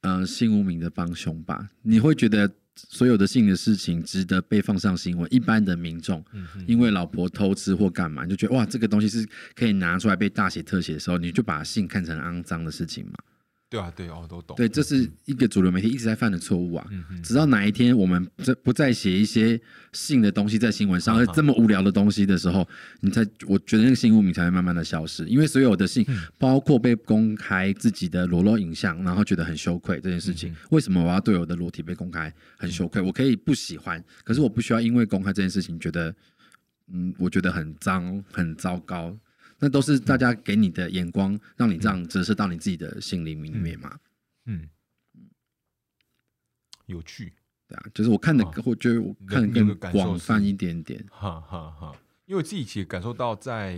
S2: 呃，性无名的帮凶吧。你会觉得所有的性的事情值得被放上新闻，一般的民众因为老婆偷吃或干嘛，你就觉得哇，这个东西是可以拿出来被大写特写的时候，你就把性看成肮脏的事情嘛。
S1: 对啊，对啊，我都懂。嗯
S2: 对，这是一个主流媒体一直在犯的错误啊。直到哪一天我们这不再写一些性的东西在新闻上，而这么无聊的东西的时候，你才我觉得那个性污名才会慢慢的消失。因为所有的性，包括被公开自己的裸露影像，然后觉得很羞愧这件事情，为什么我要对我的裸体被公开很羞愧？我可以不喜欢，可是我不需要因为公开这件事情觉得，嗯，我觉得很脏很糟糕。那都是大家给你的眼光，让你这样折射到你自己的心灵里面嘛。
S1: 嗯，有趣，
S2: 对啊，就是我看的
S1: 啊，
S2: 我觉得我
S1: 你的
S2: 看的
S1: 你的
S2: 更
S1: 感受
S2: 广
S1: 是
S2: 泛一点点。
S1: 哈哈哈。因为我自己其实感受到在，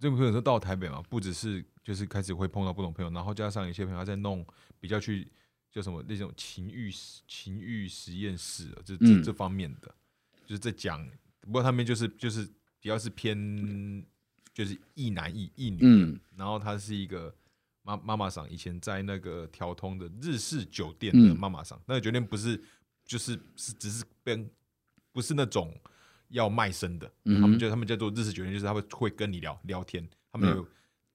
S1: 这朋友说到台北嘛，不只是就是开始会碰到不同朋友，然后加上一些朋友他在弄比较去叫什么那种情欲实情欲实验室啊，这这、
S2: 嗯
S1: 这方面的，就是在讲，不过他们就是就是比较是偏就是一男一一女，
S2: 嗯
S1: 然后她是一个妈妈妈桑，以前在那个调通的日式酒店
S2: 嗯
S1: 的妈妈桑，那个酒店不是就是是只是跟不是那种要卖身的，
S2: 嗯哼
S1: 他们就他们叫做日式酒店，就是他们会跟你聊聊天，他
S2: 嗯
S1: 们有。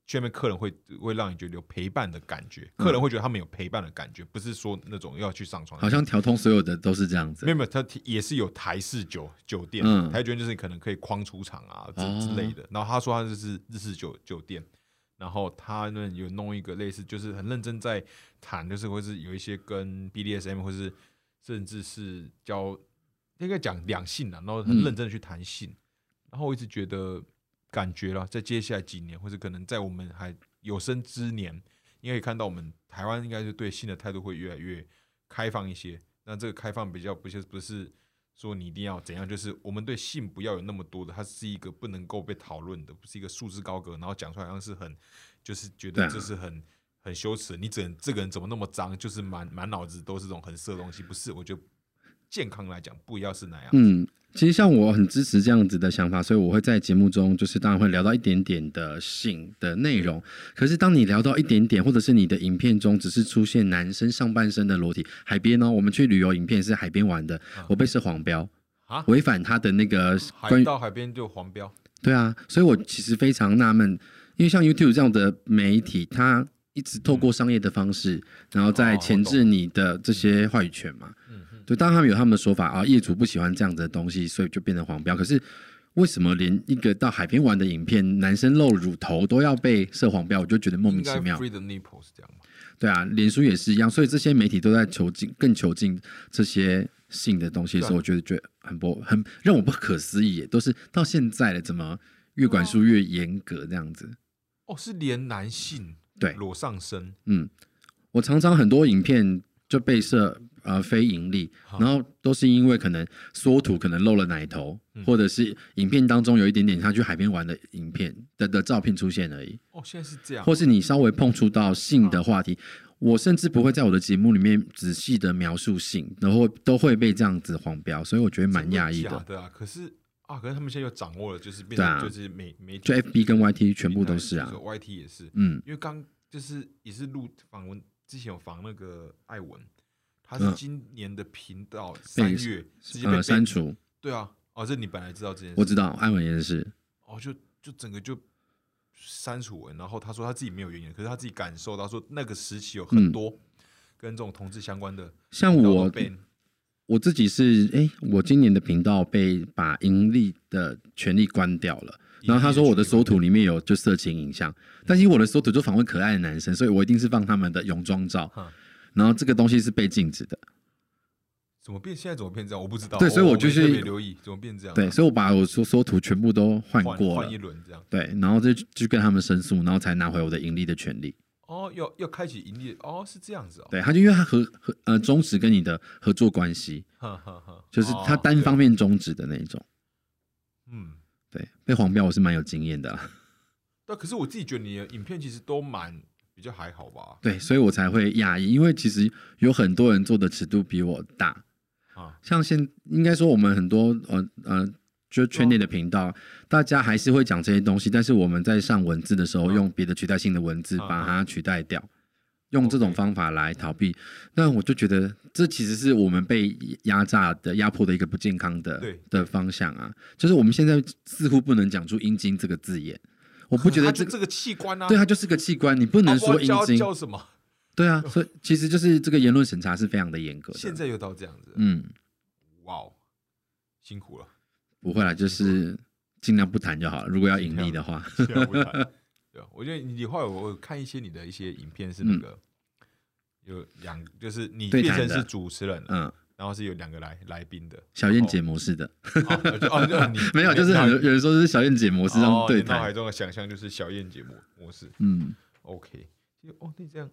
S1: 去那边客人会会让你觉得有陪伴的感觉，客人会觉得他们有陪伴的感觉，不是说那种要去上床的
S2: 嗯好像调通所有的都是这样子
S1: 没。有没有，它也是有台式酒酒店，
S2: 嗯
S1: 台酒店就是可能可以框出场啊之
S2: 哦
S1: 之类的。然后他说他就是日式酒酒店，然后他们有弄一个类似，就是很认真在谈，就是或是有一些跟 BDSM 或是甚至是教应该讲两性啊，然后很
S2: 嗯
S1: 认真的去谈性。啊然后我一直觉得感觉啦，在接下来几年，或者可能在我们还有生之年，应该可以看到我们台湾应该是对性的态度会越来越开放一些。那这个开放比较不是不是说你一定要怎样，就是我们对性不要有那么多的，它是一个不能够被讨论的，不是一个束之高阁，然后讲出来好像是很就是觉
S2: 对
S1: 得
S2: 啊
S1: 这是很。很羞耻，你整这个人怎么那么脏？就是满满脑子都是这种很色的东西，不是？我觉得健康来讲，不要是那样。
S2: 嗯，其实像我很支持这样子的想法，所以我会在节目中就是当然会聊到一点点的性的内容。可是当你聊到一点点，或者是你的影片中只是出现男生上半身的裸体，海边哦，我们去旅游影片是海边玩的，我被设黄标
S1: 啊。
S2: 违反他的那个关
S1: 海
S2: 于
S1: 到海边就黄标，
S2: 对啊，所以我其实非常纳闷，因为像 YouTube 这样的媒体，它一直透过商业的方式，然后
S1: 哦
S2: 再钳制你的这些话语权嘛。
S1: 嗯
S2: 对，当然他们有他们的说法啊，业主不喜欢这样子的东西，所以就变成黄标。可是为什么连一个到海边玩的影片，男生露乳头都要被设黄标？我就觉得莫
S1: 应
S2: 名
S1: 该
S2: 其妙
S1: free。the nipple 是这样吗？
S2: 对啊，脸书也是一样，所以这些媒体都在囚禁，更囚禁这些性的东西的时候，
S1: 对啊
S2: 我觉得觉得很不很让我不可思议耶，都是到现在了，怎么越管束越严格这样子？
S1: 哦，是连男性
S2: 对
S1: 裸上身，
S2: 嗯，我常常很多影片就被设呃非盈利，然后都是因为可能缩图可能露了奶头，
S1: 嗯
S2: 或者是影片当中有一点点他去海边玩的影片的的照片出现而已。
S1: 哦，现在是这样，
S2: 或是你稍微碰触到性
S1: 啊
S2: 的话题，我甚至不会在我的节目里面仔细的描述性，然后都会被这样子黄标，所以我觉得蛮讶异
S1: 真
S2: 的。
S1: 假的啊。可是啊，可是他们现在又掌握了，就是变
S2: 对啊
S1: 成就是媒媒体
S2: 就 FB 跟 YT 全部都是啊
S1: 平台，就是，YT 也是，
S2: 嗯
S1: 因为刚就是也是录访问之前有访那个艾文，他是
S2: 嗯
S1: 今年的频道三月直接被
S2: 呃，删
S1: 被，
S2: 除，
S1: 对啊，哦，这你本来知道这件
S2: 我
S1: 事，
S2: 知道，艾文也是，
S1: 哦，就就整个就。删除了，然后他说他自己没有原因，可是他自己感受到说那个时期有很
S2: 嗯
S1: 多跟这种同志相关的
S2: 像
S1: 然后
S2: 我
S1: 都 ban
S2: 我自己是，哎、我今年的频道被把盈利的权利关掉了。然后他说我的缩图里面有就色情影像，但因为我的缩图就访问可爱的男生，所以我一定是放他们的泳装照
S1: 哈。
S2: 然后这个东西是被禁止的，
S1: 怎么变？现在怎么变这样？我不知道。
S2: 对所以
S1: 我
S2: 我就是
S1: 没特别留意怎么变这样。啊
S2: 对，所以我把我缩缩图全部都换
S1: 换
S2: 过了
S1: 换一。轮这样。
S2: 对，然后就就跟他们申诉，然后才拿回我的盈利的权利。
S1: 哦，要要开启盈利哦，是这样子哦。
S2: 对，他就因为他合合呃终止跟你的合作关系，
S1: 哈哈哈，
S2: 就是他
S1: 哦
S2: 单方面终止的那一种。
S1: 对嗯，
S2: 对，被黄标我是蛮有经验的啦。
S1: 但可是我自己觉得你的影片其实都蛮比较还好吧。
S2: 对，所以我才会讶异，因为其实有很多人做的尺度比我大。
S1: 啊，
S2: 像现应该说我们很多呃呃，就圈
S1: 嗯
S2: 内的频道，大家还是会讲
S1: 嗯
S2: 这些东西，但是我们在上文字的时候，用别的取代性的文字
S1: 啊
S2: 把它取代掉。用这种方法来逃避。那我就觉得这其实是我们被压榨的、压迫的一个不健康的
S1: 对
S2: 的方向啊。就是我们现在似乎不能讲出阴茎这个字眼，我不觉得
S1: 它就
S2: 这个。
S1: 这个器官啊，
S2: 对，它就是个器官，你不
S1: 啊
S2: 能
S1: 不
S2: 说
S1: 然
S2: 阴
S1: 叫
S2: 茎。
S1: 叫什么？
S2: 对啊，所以其实就是这个言论审查是非常的严格的。
S1: 现，在又到这样子，
S2: 嗯，
S1: 哇哦，辛苦了，
S2: 不会啦，就是尽量不谈就好了。如果要盈利的话，
S1: 谢谢吴凯对啊，我觉得你后来我我看一些你的一些影片是那个有两，就是你
S2: 嗯对
S1: 变
S2: 谈的
S1: 成是主持人了，
S2: 嗯，
S1: 然后是有两个来来宾 的
S2: 小燕姐模式的，
S1: 哦就哦就你
S2: 没有，就是很有人说是小燕姐模式让
S1: 哦，
S2: 对
S1: 你脑海
S2: 谈，
S1: 中的想象就是小燕姐模模式
S2: 嗯，
S1: ，OK，就哦，那这样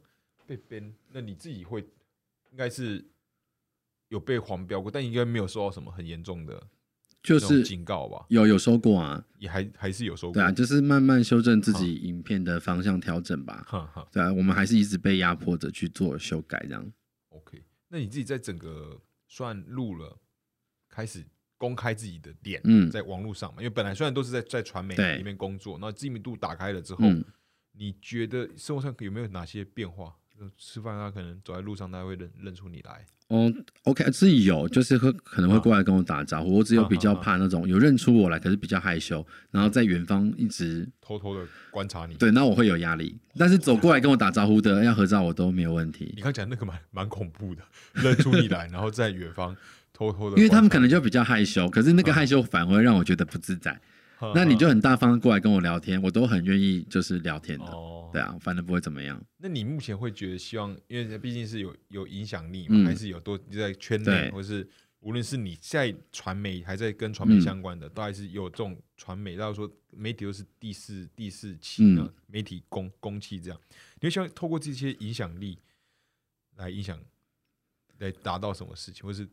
S1: 被编，那你自己会应该是有被黄标过，但应该没有受到什么很严重的
S2: 就
S1: 那种
S2: 是
S1: 警告吧，
S2: 有有收过啊，
S1: 也还还是有受过
S2: 对，啊，就是慢慢修正自己影片的方向调整吧。
S1: 哈哈
S2: 对啊，我们还是一直被压迫着去做修改，这样。
S1: ，OK，那你自己在整个算录了，开始公开自己的脸，
S2: 嗯
S1: 在网络上嘛，因为本来虽然都是在在传媒
S2: 对
S1: 里面工作，那知名度打开了之后，
S2: 嗯，
S1: 你觉得生活上有没有哪些变化？就吃饭啊，可能走在路上，大家会认认出你来。
S2: 哦，OK，是有，就是会可能会过来跟我打招呼。我只有比较怕那
S1: 啊
S2: 种有认出我来，可是比较害羞，然后在远方一直
S1: 偷偷的观察你。，
S2: 对，那我会有压力。但是走过来跟我打招呼的，要合照我都没有问
S1: 你
S2: 题，
S1: 刚讲那个蛮蛮恐怖的，认出你来，然后在远方偷偷的，
S2: 因为他们可能就比较害羞，可是那个害羞反而会让我觉得不自在。
S1: 呵呵
S2: 那你就很大方过来跟我聊天，我都很愿意就是聊天的。
S1: 哦，
S2: 对啊，反正不会怎么样。
S1: 那你目前会觉得希望，因为毕竟是有有影响力嘛，
S2: 嗯
S1: 还是有多在圈内，
S2: 对
S1: 或是无论是你在传媒，还在跟传媒
S2: 嗯
S1: 相关的，都还是有这种传媒，到说媒体又是第四第四期呢，
S2: 嗯
S1: 媒体公公器这样，你会希望透过这些影响力来影响，来达到什么事情，或是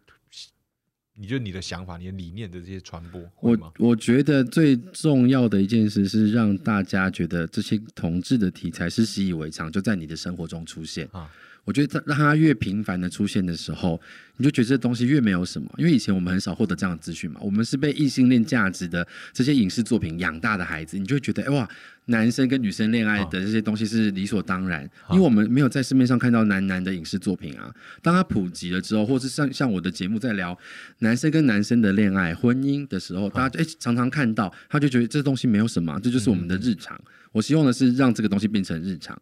S1: 你觉得你的想法、你的理念的这些传播，会
S2: 我
S1: 吗？
S2: 我觉得最重要的一件事是让大家觉得这些同志的题材是习以为常，就在你的生活中出现。
S1: 啊
S2: 我觉得它让它越频繁的出现的时候，你就觉得这东西越没有什么。因为以前我们很少获得这样的资讯嘛，我们是被异性恋价值的这些影视作品养大的孩子，你就会觉得哎哇，男生跟女生恋爱的这些东西是理所当然，
S1: 啊
S2: 因为我们没有在市面上看到男男的影视作品啊。当它普及了之后，或是像像我的节目在聊男生跟男生的恋爱、婚姻的时候，大家就哎常常看到，他就觉得这东西没有什
S1: 嗯
S2: 么啊，这就是我们的日常。我希望的是让这个东西变成日常，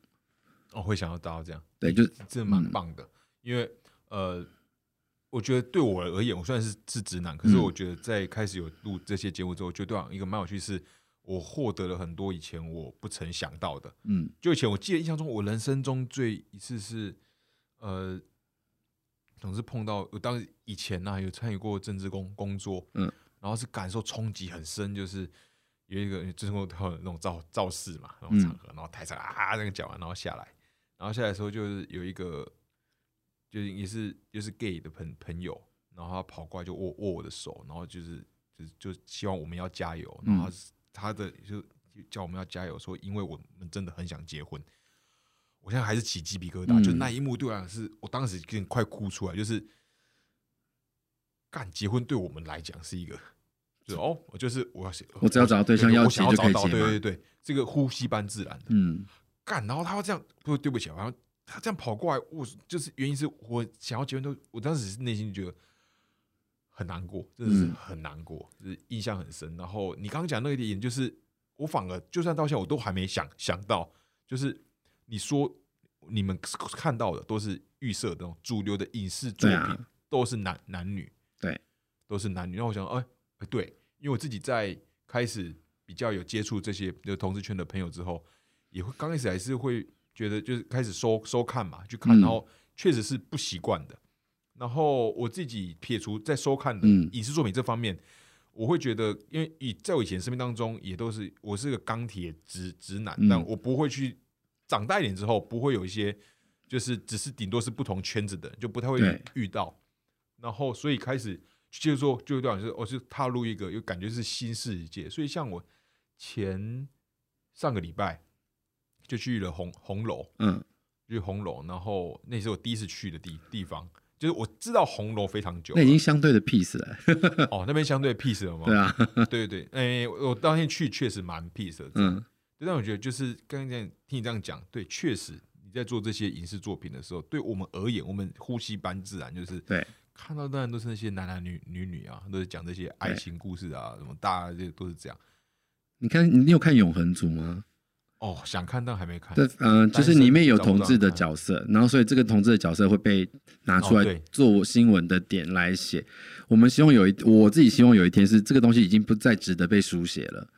S1: 哦，会想要达到这样，
S2: 对，就
S1: 真的蛮棒的。因为呃，我觉得对我而言，我虽然是是直男，可是
S2: 嗯
S1: 我觉得在开始有录这些节目之后，我觉得对我来讲一个蛮有趣是，我获得了很多以前我不曾想到的。
S2: 嗯
S1: 就以前我记得印象中，我人生中最一次是呃，总是碰到我当时以前呢、有参与过政治工工作，
S2: 嗯，
S1: 然后是感受冲击很深，就是。有一个就是我有那种造造势嘛，那种场合，然后台上啊那个讲完，然后下来，然后下来的时候就是有一个，就是也是就是 gay 的朋朋友，然后他跑过来就握握我的手，然后就是就就希望我们要加油，
S2: 嗯
S1: 然后他是他的就就叫我们要加油，说因为我们真的很想结婚。我现在还是起鸡皮疙瘩，
S2: 嗯
S1: 就那一幕对我来讲是，我当时有点快哭出来，就是干结婚对我们来讲是一个，就是哦，我就是我要
S2: 我只要找到对象
S1: 我
S2: 要
S1: 想
S2: 结就
S1: 找
S2: 可以
S1: 到
S2: 结
S1: 对
S2: 嘛
S1: 对对，这个呼吸般自然的。
S2: 嗯。
S1: 干，然后他要这样，不对不起，然后他这样跑过来，我就是原因是我想要结婚都，我当时是内心觉得很难过，真的是
S2: 嗯
S1: 很难过，就是印象很深。然后你刚刚讲那个点，就是我反而就算到现在我都还没想想到，就是你说你们看到的都是预设的那种主流的影视作
S2: 对
S1: 品，
S2: 啊
S1: 都是男男女，
S2: 对，
S1: 都是男女。然后我想，哎、哎对，因为我自己在开始比较有接触这些就同志圈的朋友之后，也会刚开始还是会觉得就是开始收收看嘛，去看，
S2: 嗯
S1: 然后确实是不习惯的。然后我自己撇除在收看的
S2: 嗯
S1: 影视作品这方面，我会觉得，因为以在我以前生命当中，也都是我是个钢铁直直男，
S2: 嗯
S1: 但我不会去长大一点之后，不会有一些就是只是顶多是不同圈子的人，就不太会
S2: 对
S1: 遇到。然后所以开始就是说，就有点是我、哦、是踏入一个又感觉是新世界，所以像我前上个礼拜就去了红红楼，
S2: 嗯
S1: 就是红楼，然后那是我第一次去的地地方，就是我知道红楼非常久，了
S2: 那已经相对的 peace 了，
S1: 哦，那边相对 peace 了吗？
S2: 对啊，
S1: 对对对，哎、我我当天去确实蛮 peace 的，
S2: 嗯
S1: 但我觉得就是刚刚这样听你这样讲，对，确实你在做这些影视作品的时候，对我们而言，我们呼吸般自然，就是
S2: 对
S1: 看到当然都是那些男男女女女啊，都是讲这些爱情故事啊，什么大家这都是这样。
S2: 你看，你有看《永恒族》吗？
S1: 哦，想看但还没看。
S2: 对，嗯、就是
S1: 单身
S2: 里面有
S1: 找不
S2: 同
S1: 到
S2: 志的
S1: 看
S2: 角色，然后所以这个同志的角色会被拿出
S1: 哦
S2: 来
S1: 对
S2: 做新闻的点来写。我们希望有一，我自己希望有一天是这个东西已经不再值得被书写了。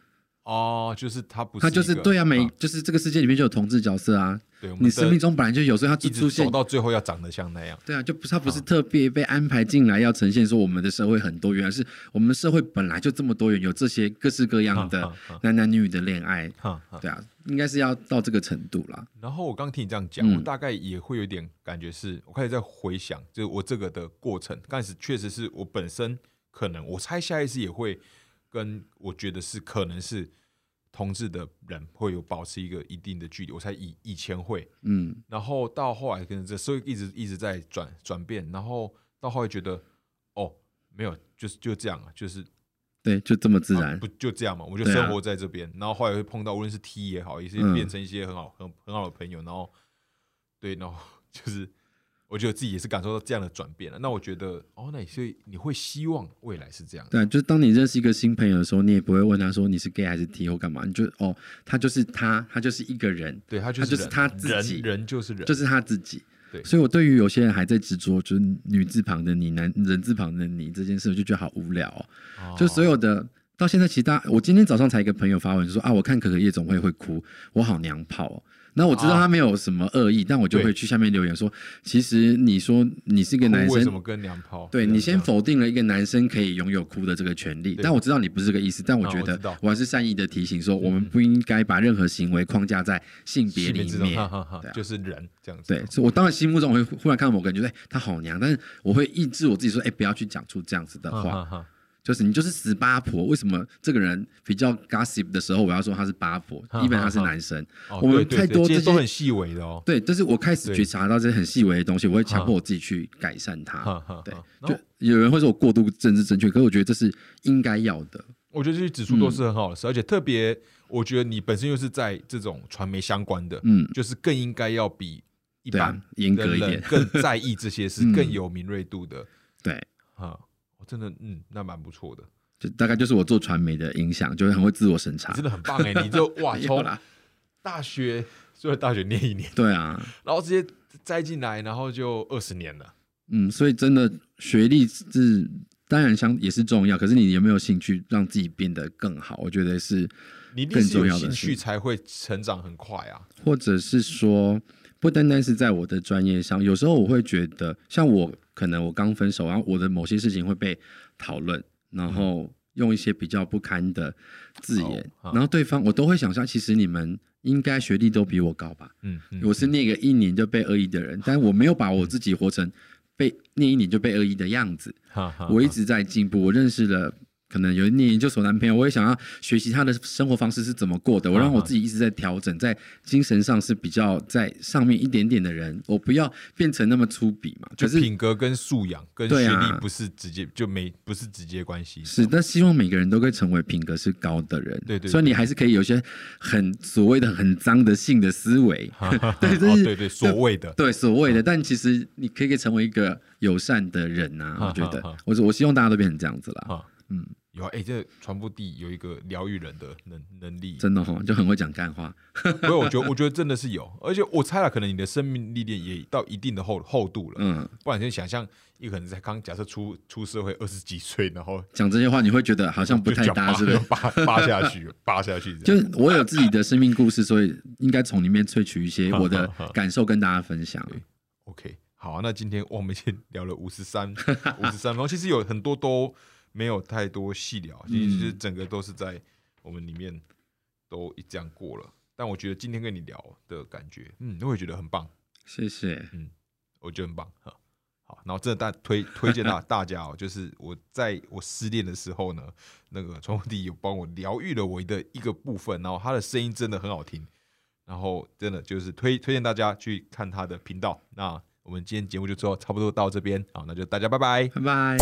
S1: 哦，就是他不是
S2: 它
S1: 一个，
S2: 就是对啊，每、
S1: 嗯
S2: 就是这个世界里面就有同志角色啊，
S1: 对我们
S2: 你生命
S1: 的
S2: 中本来就有，所以它
S1: 一
S2: 就
S1: 直
S2: 出现
S1: 走。到嗯最后要长得像那样。
S2: 对啊，就不是它不是特别被安排进来要呈现说我们的社会很多元，而是我们社会本来就这么多元，有这些各式各样
S1: 嗯
S2: 的
S1: 嗯嗯
S2: 男男女女的恋爱。
S1: 哈哈。
S2: 对啊，应该是要到这个程度啦。
S1: 然后我刚听你这样讲，
S2: 嗯
S1: 我大概也会有一点感觉是，我开始在回想，就是我这个的过程。刚开始确实是我本身可能，我猜下意识也会跟我觉得是可能是同志的人会有保持一个一定的距离。我猜以以前会，
S2: 嗯，
S1: 然后到后来可能这所以一直一直在转转变，然后到后来觉得哦，没有，就是就这样啊，就是
S2: 对，就这么自
S1: 啊
S2: 然。
S1: 不就这样嘛？我就
S2: 对啊
S1: 生活在这边，然后后来会碰到，无论是 T 也好，也是
S2: 嗯
S1: 变成一些很好、很很好的朋友，然后对，然后 就是我觉得自己也是感受到这样的转变了。那我觉得，哦，那你所以你会希望未来是这样的，
S2: 对，啊就是当你认识一个新朋友的时候，你也不会问他说你是 gay 还是 T 或干嘛，你就哦，他就是他，他就是一个人，
S1: 对他就
S2: 他就是是
S1: 人
S2: 他自己
S1: 人人就是人，
S2: 就是他自己。
S1: 对
S2: 所以我对于有些人还在执着就是女字旁的你、男人字旁的你这件事，我就觉得好无聊、哦。
S1: 哦
S2: 就所有的到现在，其实大家我今天早上才一个朋友发文就说啊，我看可可夜总会会哭，我好娘炮哦。那我知道
S1: 啊
S2: 他没有什么恶意，但我就会
S1: 对
S2: 去下面留言说，其实你说你是一个
S1: 哭
S2: 男
S1: 为
S2: 生
S1: 什，么跟娘炮？
S2: 对
S1: 这样
S2: 你先
S1: 这样
S2: 否定了一个男生可以拥有哭的这个权利，
S1: 对
S2: 但我知道你不是这个意思，但我
S1: 啊
S2: 觉
S1: 我
S2: 得
S1: 知道嗯
S2: 我还是善意的提醒说，我们不应该把任何行为框架在性别
S1: 性别
S2: 里
S1: 之中，哈
S2: 面。
S1: 哈哈
S2: 对啊，
S1: 就是人这样子，
S2: 对，所以我当然心目中我会忽然看到某个人觉得哎他好娘，但是我会抑制我自己说，哎、不要去讲出这样子的
S1: 哦哈 哈
S2: 话，
S1: 哈，
S2: 就是你就是死八婆。为什么这个人比较 gossip 的时候，我要说他是八婆，
S1: 哈
S2: 因为他是
S1: 哈
S2: 男生？
S1: 哦
S2: 我们
S1: 对对
S2: 太
S1: 对
S2: 多
S1: 这
S2: 这
S1: 些都
S2: 些
S1: 很细微的哦，
S2: 对，但是我开始
S1: 对
S2: 觉察到这些很细微的东西，我会强
S1: 哈
S2: 迫我自己去改善它。
S1: 哈哈，
S2: 对
S1: 啊哈，然后
S2: 就有人会说我过度政治正确，可是我觉得这是应该要的。
S1: 我觉得这些指出
S2: 嗯
S1: 都是很好的事，而且特别，我觉得你本身又是在这种传媒相关的，
S2: 嗯，
S1: 就是更应该要比一
S2: 对
S1: 般
S2: 啊，严
S1: 的
S2: 格一
S1: 人
S2: 点。
S1: 更在意这些事，
S2: 嗯
S1: 更有敏锐度的
S2: 对，
S1: 啊。我真的，嗯，那蛮不错的，
S2: 就大概就是我做传媒的影响，就会很会自我审查
S1: 你真。的很棒哎、 你就哇，
S2: 没有
S1: 从
S2: 啦
S1: 大学虽然大学念一年，
S2: 对啊，
S1: 然后直接栽进来，然后就二十年了。
S2: 嗯，所以真的学历是当然相也是重要，可是你有没有兴趣让自己变得更好？我觉得是，
S1: 你一定是
S2: 更重
S1: 有
S2: 要的
S1: 兴趣
S2: 是
S1: 才会成长很快啊。
S2: 或者是说，不单单是在我的专业上，有时候我会觉得，像我可能我刚分手，然后我的某些事情会被讨论，然后用一些比较不堪的字眼，
S1: 哦啊
S2: 然后对方我都会想象，其实你们应该学历都比我高吧？
S1: 嗯，嗯
S2: 我是念个一年就被恶意的人，但我没有把我自己活成被念一年就被恶意的样子。
S1: 哈哈
S2: 我一直在进步，我认识了。可能有一念研究所男朋友，我也想要学习他的生活方式是怎么过
S1: 啊
S2: 的。我让我自己一直在调整，在精神上是比较在上面一点点的人，我不要变成那么粗鄙嘛。可
S1: 就是啊品格跟素养跟
S2: 对
S1: 学
S2: 啊
S1: 历不是直接就没不是直接关系。
S2: 是，但希望每个人都可以成为品格是高的人。
S1: 对对
S2: 虽然你还是可以有一些很所谓的很脏的性的思维， 对，
S1: 哦
S2: 这是、
S1: 对对，所谓的
S2: 对所
S1: 啊
S2: 谓的，但其实你可以成为一个友善的人呐、
S1: 哈
S2: 我觉得
S1: 哈哈，
S2: 我我希望大家都变成这样子啦，
S1: 啊，嗯，有哎、这传播地有一个疗愈人的能能力，
S2: 真的哈、就很会讲干话。
S1: 所以我觉得我觉得真的是有，而且我猜了，可能你的生命历练也到一定的厚厚度了，
S2: 嗯，
S1: 不然你就想象一个人才刚假设出出社会二十几岁，然后
S2: 讲这些话，你会觉得好像 不
S1: 就
S2: 太
S1: 讲
S2: 搭，
S1: 拔
S2: 是不是？
S1: 拔拔下去，拔下去这
S2: 就
S1: 样，
S2: 是我有自己的生命故事，所以应该从里面萃取一些我 的感受跟大家分享。
S1: OK，好、啊那今天我们先聊了五十三五十三分钟，其实有很多都没有太多细聊，其实就是整个都是在我们里面都这样过了。但我觉得今天跟你聊的感觉，嗯，我也觉得很棒，
S2: 谢谢，
S1: 我觉得很棒。呵好，然后真的大推推荐大大家哦，就是我在我失恋的时候呢，那个传播弟有帮我疗愈了我的一个部分，然后他的声音真的很好听，然后真的就是推推荐大家去看他的频道。那我们今天节目就最后差不多到这边，好，那就大家拜拜。
S2: 拜拜。